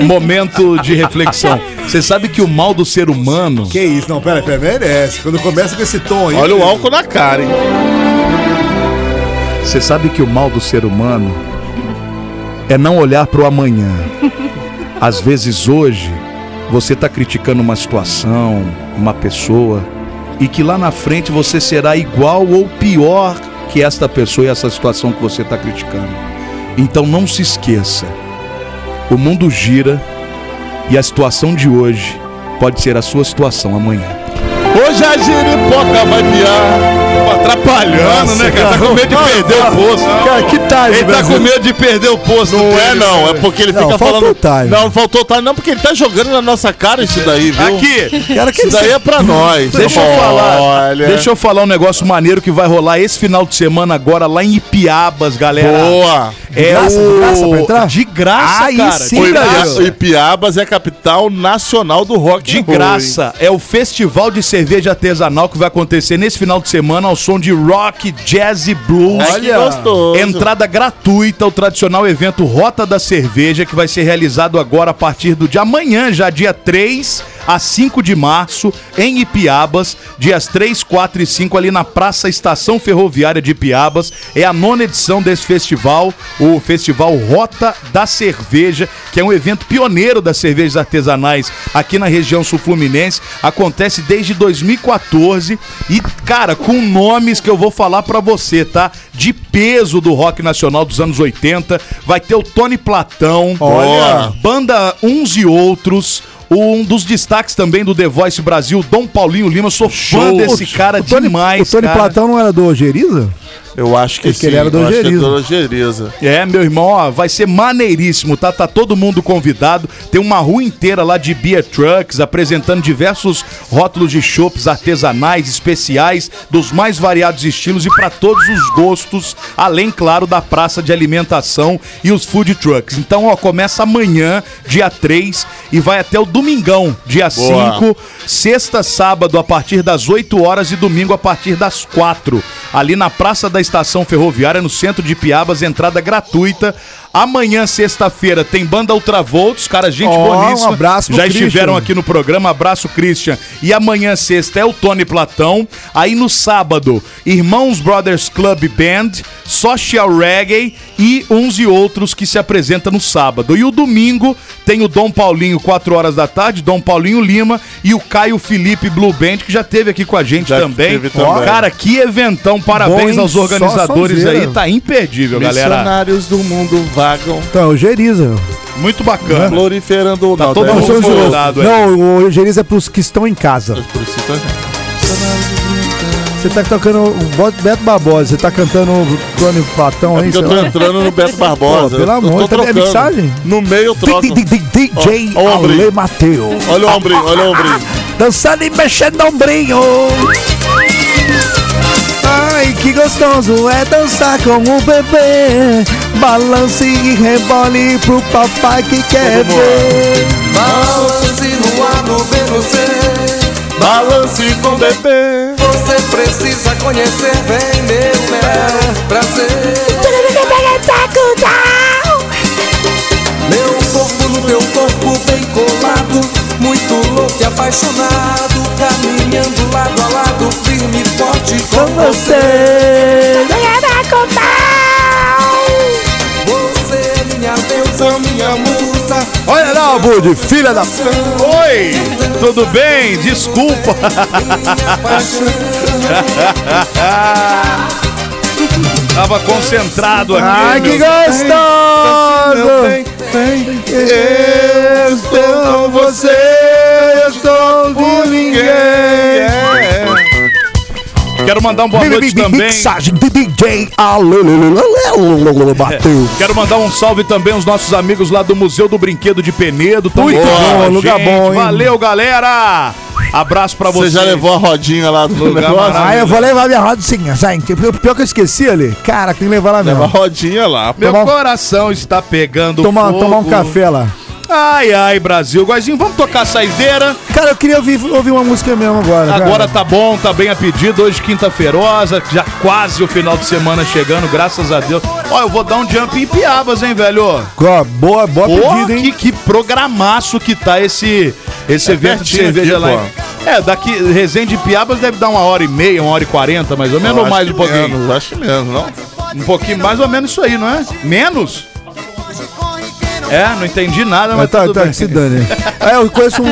S3: momento de reflexão. Você sabe que o mal do ser humano.
S4: Que isso, não, pera, pera, merece. Quando começa com esse tom aí.
S5: Olha o álcool na cara, hein?
S3: Você sabe que o mal do ser humano é não olhar pro amanhã. Às vezes hoje você tá criticando uma situação, uma pessoa, e que lá na frente você será igual ou pior que esta pessoa e essa situação que você tá criticando. Então não se esqueça. O mundo gira e a situação de hoje pode ser a sua situação amanhã.
S5: Hoje a giripoca vai piar. Atrapalhando, né, cara? Tá com medo de perder o posto.
S4: Cara, que tarde,
S5: Ele tá
S4: Brasil.
S5: com medo de perder o posto. Não é, não. É porque ele
S4: Não,
S5: fica
S4: faltou
S5: falando.
S4: time.
S5: Não, faltou time, não, porque ele tá jogando na nossa cara isso daí, viu?
S3: Aqui.
S5: Cara, que isso daí é pra nós.
S3: Deixa eu falar.
S5: Olha.
S3: Deixa eu falar um negócio maneiro que vai rolar esse final de semana agora lá em Ipiabas, galera.
S5: Boa.
S3: É
S5: De graça,
S3: o...
S5: de graça pra entrar?
S3: De graça,
S5: Aí
S3: cara.
S5: sim,
S3: de
S5: Ipiabas-
S3: graça.
S5: Ipiabas é a capital nacional do rock
S3: De graça, é o festival de cerveja artesanal que vai acontecer nesse final de semana ao som de rock, jazz e blues.
S5: Ai, que gostoso.
S3: Entrada gratuita, o tradicional evento Rota da Cerveja, que vai ser realizado agora a partir do de amanhã, já dia 3 a 5 de março, em Ipiabas, dias 3, 4 e 5, ali na Praça Estação Ferroviária de Ipiabas. É a nona edição desse festival, o Festival Rota da Cerveja, que é um evento pioneiro das cervejas artesanais aqui na região sul-fluminense. Acontece desde 2014 e, cara, com nomes que eu vou falar pra você, tá? De peso do rock nacional dos anos 80. Vai ter o Tony Platão,
S5: Olha!
S3: banda Uns e Outros. Um dos destaques também do The Voice Brasil, Dom Paulinho Lima. Eu Sou fã desse cara
S4: o Tony,
S3: demais.
S4: O Tony
S3: cara.
S4: Platão não era do Ojeriza?
S5: Eu acho que
S3: É que
S5: sim.
S3: ele era do
S5: eu acho que
S3: Angeriza.
S5: do Angeriza.
S3: É, meu irmão, ó, vai ser maneiríssimo, tá? Tá todo mundo convidado. Tem uma rua inteira lá de beer trucks apresentando diversos rótulos de chopps artesanais, especiais, dos mais variados estilos e para todos os gostos, além, claro, da praça de alimentação e os food trucks. Então, ó, começa amanhã, dia 3, e vai até o domingão, dia
S5: Boa.
S3: 5, sexta, sábado a partir das 8 horas e domingo a partir das 4. Ali na Praça da Estação Ferroviária, no centro de Piabas, entrada gratuita. Amanhã, sexta-feira, tem banda Ultravolts, cara, gente
S4: Ó,
S3: boníssima.
S4: um abraço pro
S3: Já
S4: Christian.
S3: estiveram aqui no programa, abraço, Christian. E amanhã, sexta, é o Tony Platão. Aí no sábado, Irmãos Brothers Club Band, Social Reggae e uns e outros que se apresentam no sábado. E o domingo tem o Dom Paulinho, 4 horas da tarde, Dom Paulinho Lima e o Caio Felipe Blue Band, que já teve aqui com a gente também.
S5: teve também.
S3: Cara, que eventão, parabéns
S5: Bom,
S3: aos
S5: só
S3: organizadores aí,
S5: sonzeira.
S3: tá imperdível, galera.
S5: Missionários do mundo vagam.
S4: Então, o Geriza.
S3: Muito bacana.
S5: Proliferando o
S3: Tá
S5: Não,
S3: todo
S5: tá
S3: mundo
S5: errado.
S3: convidado, é.
S4: Não, o Geriza é pros que estão em casa.
S5: Por isso tá-
S4: Você tá tocando o Bo- Beto Barbosa, você tá cantando o Tony Platão
S5: É
S4: aí,
S5: porque eu
S4: sei
S5: tô
S4: lá.
S5: entrando no Beto Barbosa.
S4: né? Pô, pelo
S5: Eu
S4: amor,
S5: tô
S4: tá- é
S5: trocando.
S4: mixagem?
S5: No meio eu troco.
S4: Di- di- di- DJ
S5: Ó, ó o ombrinho.
S4: Ale Mateus.
S5: Olha o ombrinho, olha o ombrinho.
S4: Dançando e mexendo no ombrinho. Ai, que gostoso é dançar com o bebê. Balance e rebole pro papai que quer ver.
S8: Balance no ar no VNC.
S5: Balance com bebê.
S8: Você precisa conhecer bem meu mel prazer. Meu corpo no teu corpo bem colado. Muito louco e apaixonado. Caminhando lado a lado, firme e forte com você. Você é minha deusa, minha musa.
S3: Olha lá, Bud, filha da. Oi, tudo bem? Desculpa. Tava concentrado aqui.
S4: Ai, que
S3: meu.
S4: gostoso!
S5: Eu estou com você, eu estou com
S4: É.
S5: ninguém.
S3: Quero mandar um boa noite também.
S4: Mixagem de DJ Ale Mateus.
S3: Quero mandar um salve também aos nossos amigos lá do Museu do Brinquedo de Penedo. Tão
S4: Muito
S3: boa,
S4: bom, lugar
S3: gente.
S4: bom, hein?
S3: Valeu, galera. Abraço pra você.
S5: Você já levou a rodinha lá do
S3: Lugar
S5: negócio?
S3: maravilhoso.
S4: Aí Ah, eu vou levar minha rodinha, gente. Pior que eu esqueci ali. Cara, tem que levar lá
S5: Leva
S4: mesmo.
S5: a rodinha lá.
S3: Meu
S4: Tomar um-
S3: coração está pegando
S4: Tomar,
S3: fogo.
S4: tomar um café lá.
S3: Ai, ai, Brasil. Guazinho, vamos tocar a saideira.
S4: Cara, eu queria ouvir, ouvir uma música mesmo agora.
S3: Agora
S4: cara.
S3: tá bom, tá bem a pedido. Hoje quinta-feirosa, já quase o final de semana chegando, graças a Deus. Ó, eu vou dar um jump em piabas, hein, velho?
S5: Tá
S4: Ó, Boa, boa
S3: Pô,
S4: pedida, hein?
S3: que, tá que programaço que tá esse, esse
S5: É
S3: evento de
S5: pertinho
S3: cerveja
S5: aqui,
S3: lá.
S5: pô.
S3: em- É, daqui, Resende e Piabas deve dar uma hora e meia, uma hora e quarenta, mais ou menos,
S5: Eu
S3: ou
S5: acho
S3: mais um
S5: que
S3: pouquinho?
S5: menos, acho que menos, não? É
S3: Um pouquinho, mais ou menos isso aí, não é? Menos? É, não entendi nada, mas
S4: Mas tá,
S3: tudo
S4: tá
S3: bem.
S4: que se dane. É, eu conheço um.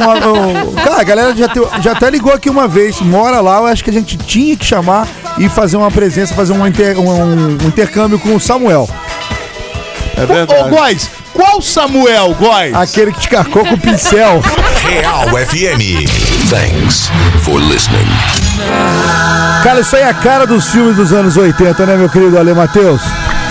S4: um- cara, a galera já, teu- já até ligou aqui uma vez, mora lá, eu acho que a gente tinha que chamar e fazer uma presença, fazer um, inter- um- um intercâmbio com o Samuel.
S5: É
S3: Ô,
S5: verdade.
S3: Góis, qual Samuel, Góis?
S4: Aquele que te carcou com o pincel.
S1: Real FM. Thanks for listening.
S4: Cara, isso aí é a cara dos filmes dos anos 80, né, meu querido Ale Matheus?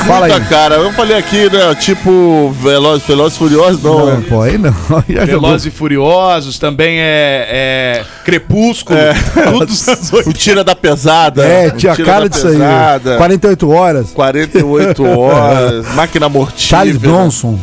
S4: Fala aí.
S5: Muita cara. Eu falei aqui, né? Tipo, Velozes Velozes Furiosos, não.
S4: Não, pô, aí não. Aí já jogou.
S3: Velozes e Furiosos, também é, é Crepúsculo. tudo dos anos 80.
S5: É. O Tira da Pesada.
S4: É,
S5: O
S3: um
S4: tinha
S5: Tira
S4: cara
S5: da
S4: disso aí.
S5: Pesada,
S4: 48 horas.
S5: 48 horas. Máquina
S3: né?
S4: Charles
S5: Mortífera.
S4: Bronson.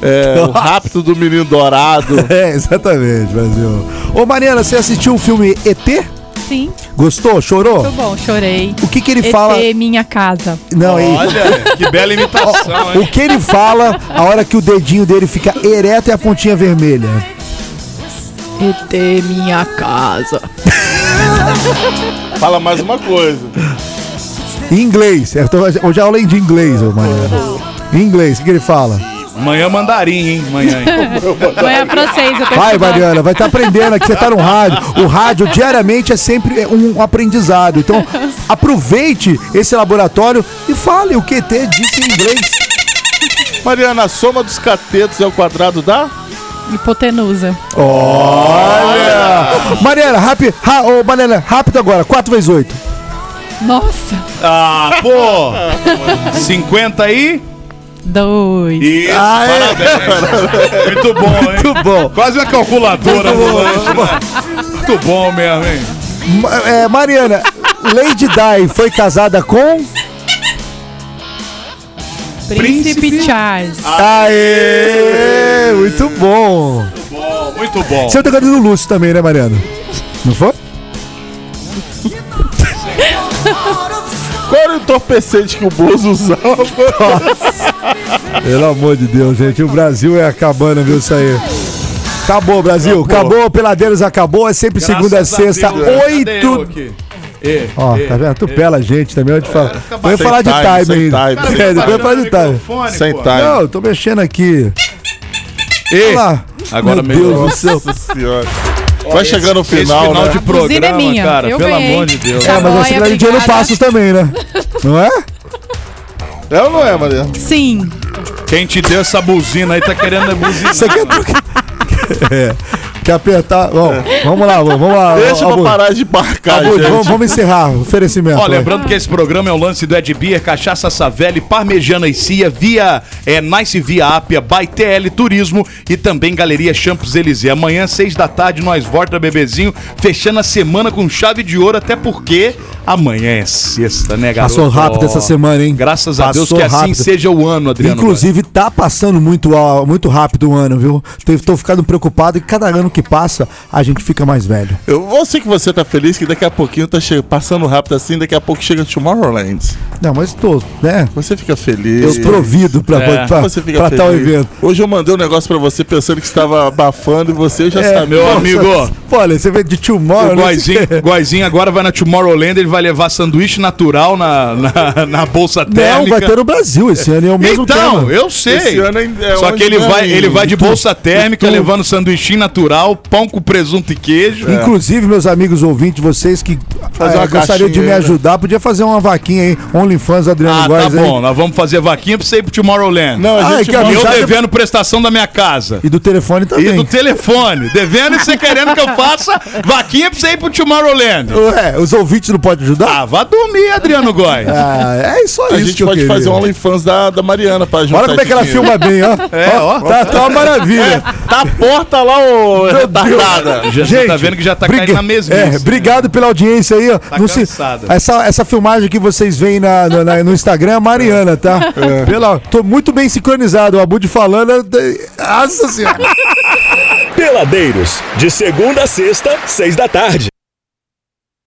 S5: É, o Rápido do Menino Dourado.
S4: É, exatamente, Brasil. Ô, Mariana, você assistiu o filme ET?
S11: Sim,
S4: Gostou? Chorou?
S11: muito bom, chorei.
S4: O que que ele
S11: ET,
S4: fala?
S11: minha casa.
S4: Não, aí.
S3: Olha, que bela imitação,
S4: O
S3: hein?
S4: que ele fala a hora que o dedinho dele fica ereto e a pontinha vermelha?
S11: ET, minha casa.
S5: Fala mais uma coisa.
S4: Em inglês. Eu tô- Hoje é aula de inglês, ô Mariana. Em inglês, o que que ele fala?
S5: é
S3: Amanhã mandarim, hein? Amanhã. hein?
S11: Vai é pra vocês, eu tô
S4: Vai,
S11: estudando.
S4: Mariana, vai estar aprendendo aqui, você tá no rádio. O rádio diariamente é sempre um aprendizado. Então, aproveite esse laboratório e fale o QT disse em inglês.
S5: Mariana, a soma dos catetos é o quadrado da?
S11: Hipotenusa.
S4: Mariana, rápido, ra, ô, Mariana, rápido agora, 4 vezes 8.
S11: Nossa.
S3: Ah, pô! 50 aí?
S11: Dois.
S3: Isso, parabéns. Muito bom, hein? Muito bom. Quase uma calculadora.
S4: Muito bom,
S3: Muito bom, Muito bom mesmo, hein?
S4: Ma- é, Mariana, Lady Di foi casada com.
S11: Príncipe, Charles.
S4: Aê! Muito bom!
S3: Bom, Muito bom.
S4: Você tá cantando do Lúcio também, né, Mariana? Não foi?
S5: Qual era o entorpecente que o Bozo usava?
S4: Pelo amor de Deus, gente. O Brasil é acabando, viu isso aí? Acabou, Brasil. Acabou, Peladeiros acabou. É sempre segunda a
S3: Graças a
S4: sexta,
S3: Deus, né? Cadê eu
S4: oito.
S3: aqui? Ê,
S4: Ó,
S3: ê,
S4: tá vendo? Tu pela a gente também, eu te falo. Eu ia
S5: Sem
S4: falar de
S5: time, sem
S4: time ainda.
S5: time.
S3: tá
S4: É, depois eu ia falar de
S5: Cara,
S4: time.
S5: microfone, Sem pô. time.
S4: Não, eu tô mexendo aqui. Olha lá.
S3: Agora
S4: Meu Deus
S3: melhorou.
S4: do céu.
S5: senhora. Vai chegando o final,
S3: Esse final
S5: né?
S3: de
S11: Inclusive
S3: programa,
S11: é minha,
S3: cara,
S11: eu
S3: pelo
S11: ganhei.
S3: amor de Deus.
S4: É, mas você
S11: Joia,
S4: ganha dinheiro
S11: obrigada.
S4: passos também, né? Não é?
S5: É ou não é, Mariana?
S11: Sim.
S3: Quem te deu essa buzina aí tá querendo buzina.
S4: Você quer É. Quer apertar? Bom, vamos lá, vamos lá.
S5: Deixa pra
S4: Abud.
S5: parar de barcar,
S4: Abud,
S5: gente.
S4: vamos, vamos encerrar o oferecimento.
S3: Ó,
S4: vai.
S3: lembrando que esse programa é o lance do Ed Beer, Cachaça Savelli, Parmejana e Cia, via é, Nice Via Ápia, by TL Turismo e também Galeria Champs Élysées. Amanhã, seis da tarde, nós volta, bebezinho, fechando a semana com chave de ouro, até porque amanhã é sexta, né, garoto?
S4: Passou rápido essa semana, hein?
S3: Graças a
S4: Passou
S3: Deus que assim
S4: rápido.
S3: seja o ano, Adriano.
S4: Inclusive, tá passando muito, a- muito rápido o ano, viu? Tô, tô ficando preocupado que cada ano que passa, a gente fica mais velho.
S5: Eu, eu sei que você tá feliz, que daqui a pouquinho tá che- passando rápido assim, daqui a pouco chega Tomorrowland.
S4: Não, mas tô, né?
S5: Você fica feliz.
S4: Eu provido pra,
S5: É.
S4: pra,
S5: Você fica
S4: pra tal
S5: feliz.
S4: evento.
S5: Hoje eu mandei um negócio pra você pensando que estava abafando e você já
S4: É,
S5: sabia.
S3: meu
S5: Nossa,
S3: amigo.
S4: Pô, olha, você vê de
S3: O
S4: tomorrow, né?
S3: Goizinho, Goizinho agora vai na Tomorrowland, ele vai levar sanduíche natural na, na, na bolsa térmica.
S4: Não, vai ter no Brasil esse ano, é o mesmo
S3: então,
S4: tema.
S3: eu sei.
S5: Esse ano ainda é
S3: Só
S5: onde
S3: que ele
S5: vai
S3: vai,
S5: ir.
S3: ele vai de
S4: E tu?
S3: bolsa térmica,
S4: E tu?
S3: levando sanduichinho natural, pão com presunto e queijo.
S4: Inclusive, meus amigos ouvintes, vocês que
S5: É. Fazer
S4: eh,
S5: uma
S4: gostariam de me
S5: caixinha, né?
S4: ajudar, podia fazer uma vaquinha aí, OnlyFans Adriano
S3: Ah,
S4: Góes
S3: tá
S4: aí.
S3: bom. Nós vamos fazer vaquinha pra você ir pro Tomorrowland.
S5: Não, a
S4: Ai,
S5: gente
S4: que
S5: manda-
S3: e eu
S4: já-
S3: devendo prestação da minha casa.
S4: E do telefone
S3: E
S4: também.
S3: do telefone. Devendo e você querendo que eu faça vaquinha pra você ir pro Tomorrowland.
S4: Ué, os ouvintes não podem ajudar?
S3: Ah, vá dormir, Adriano Góes.
S4: Ah, é só
S5: A
S4: isso
S5: gente
S4: que eu
S5: pode
S4: queria.
S5: fazer um OnlyFans da, da Mariana pra juntar
S4: Olha como é que ela
S5: dinheiro.
S4: filma bem, ó.
S3: É, ó. É,
S4: Tá, tá uma maravilha.
S5: Tá a porta lá, ô
S4: Meu
S5: retardada.
S3: Já já tá vendo que já tá caindo na mesmice. Tá
S4: É, obrigado pela audiência aí, ó. Não se-
S3: cansada.
S4: essa, essa filmagem que vocês veem na, na- na- no Instagram é a Mariana, tá?
S3: É.
S4: Pela, tô muito bem sincronizado. O Abud falando. eu- Nossa senhora.
S16: Peladeiros, de segunda a sexta, seis da tarde.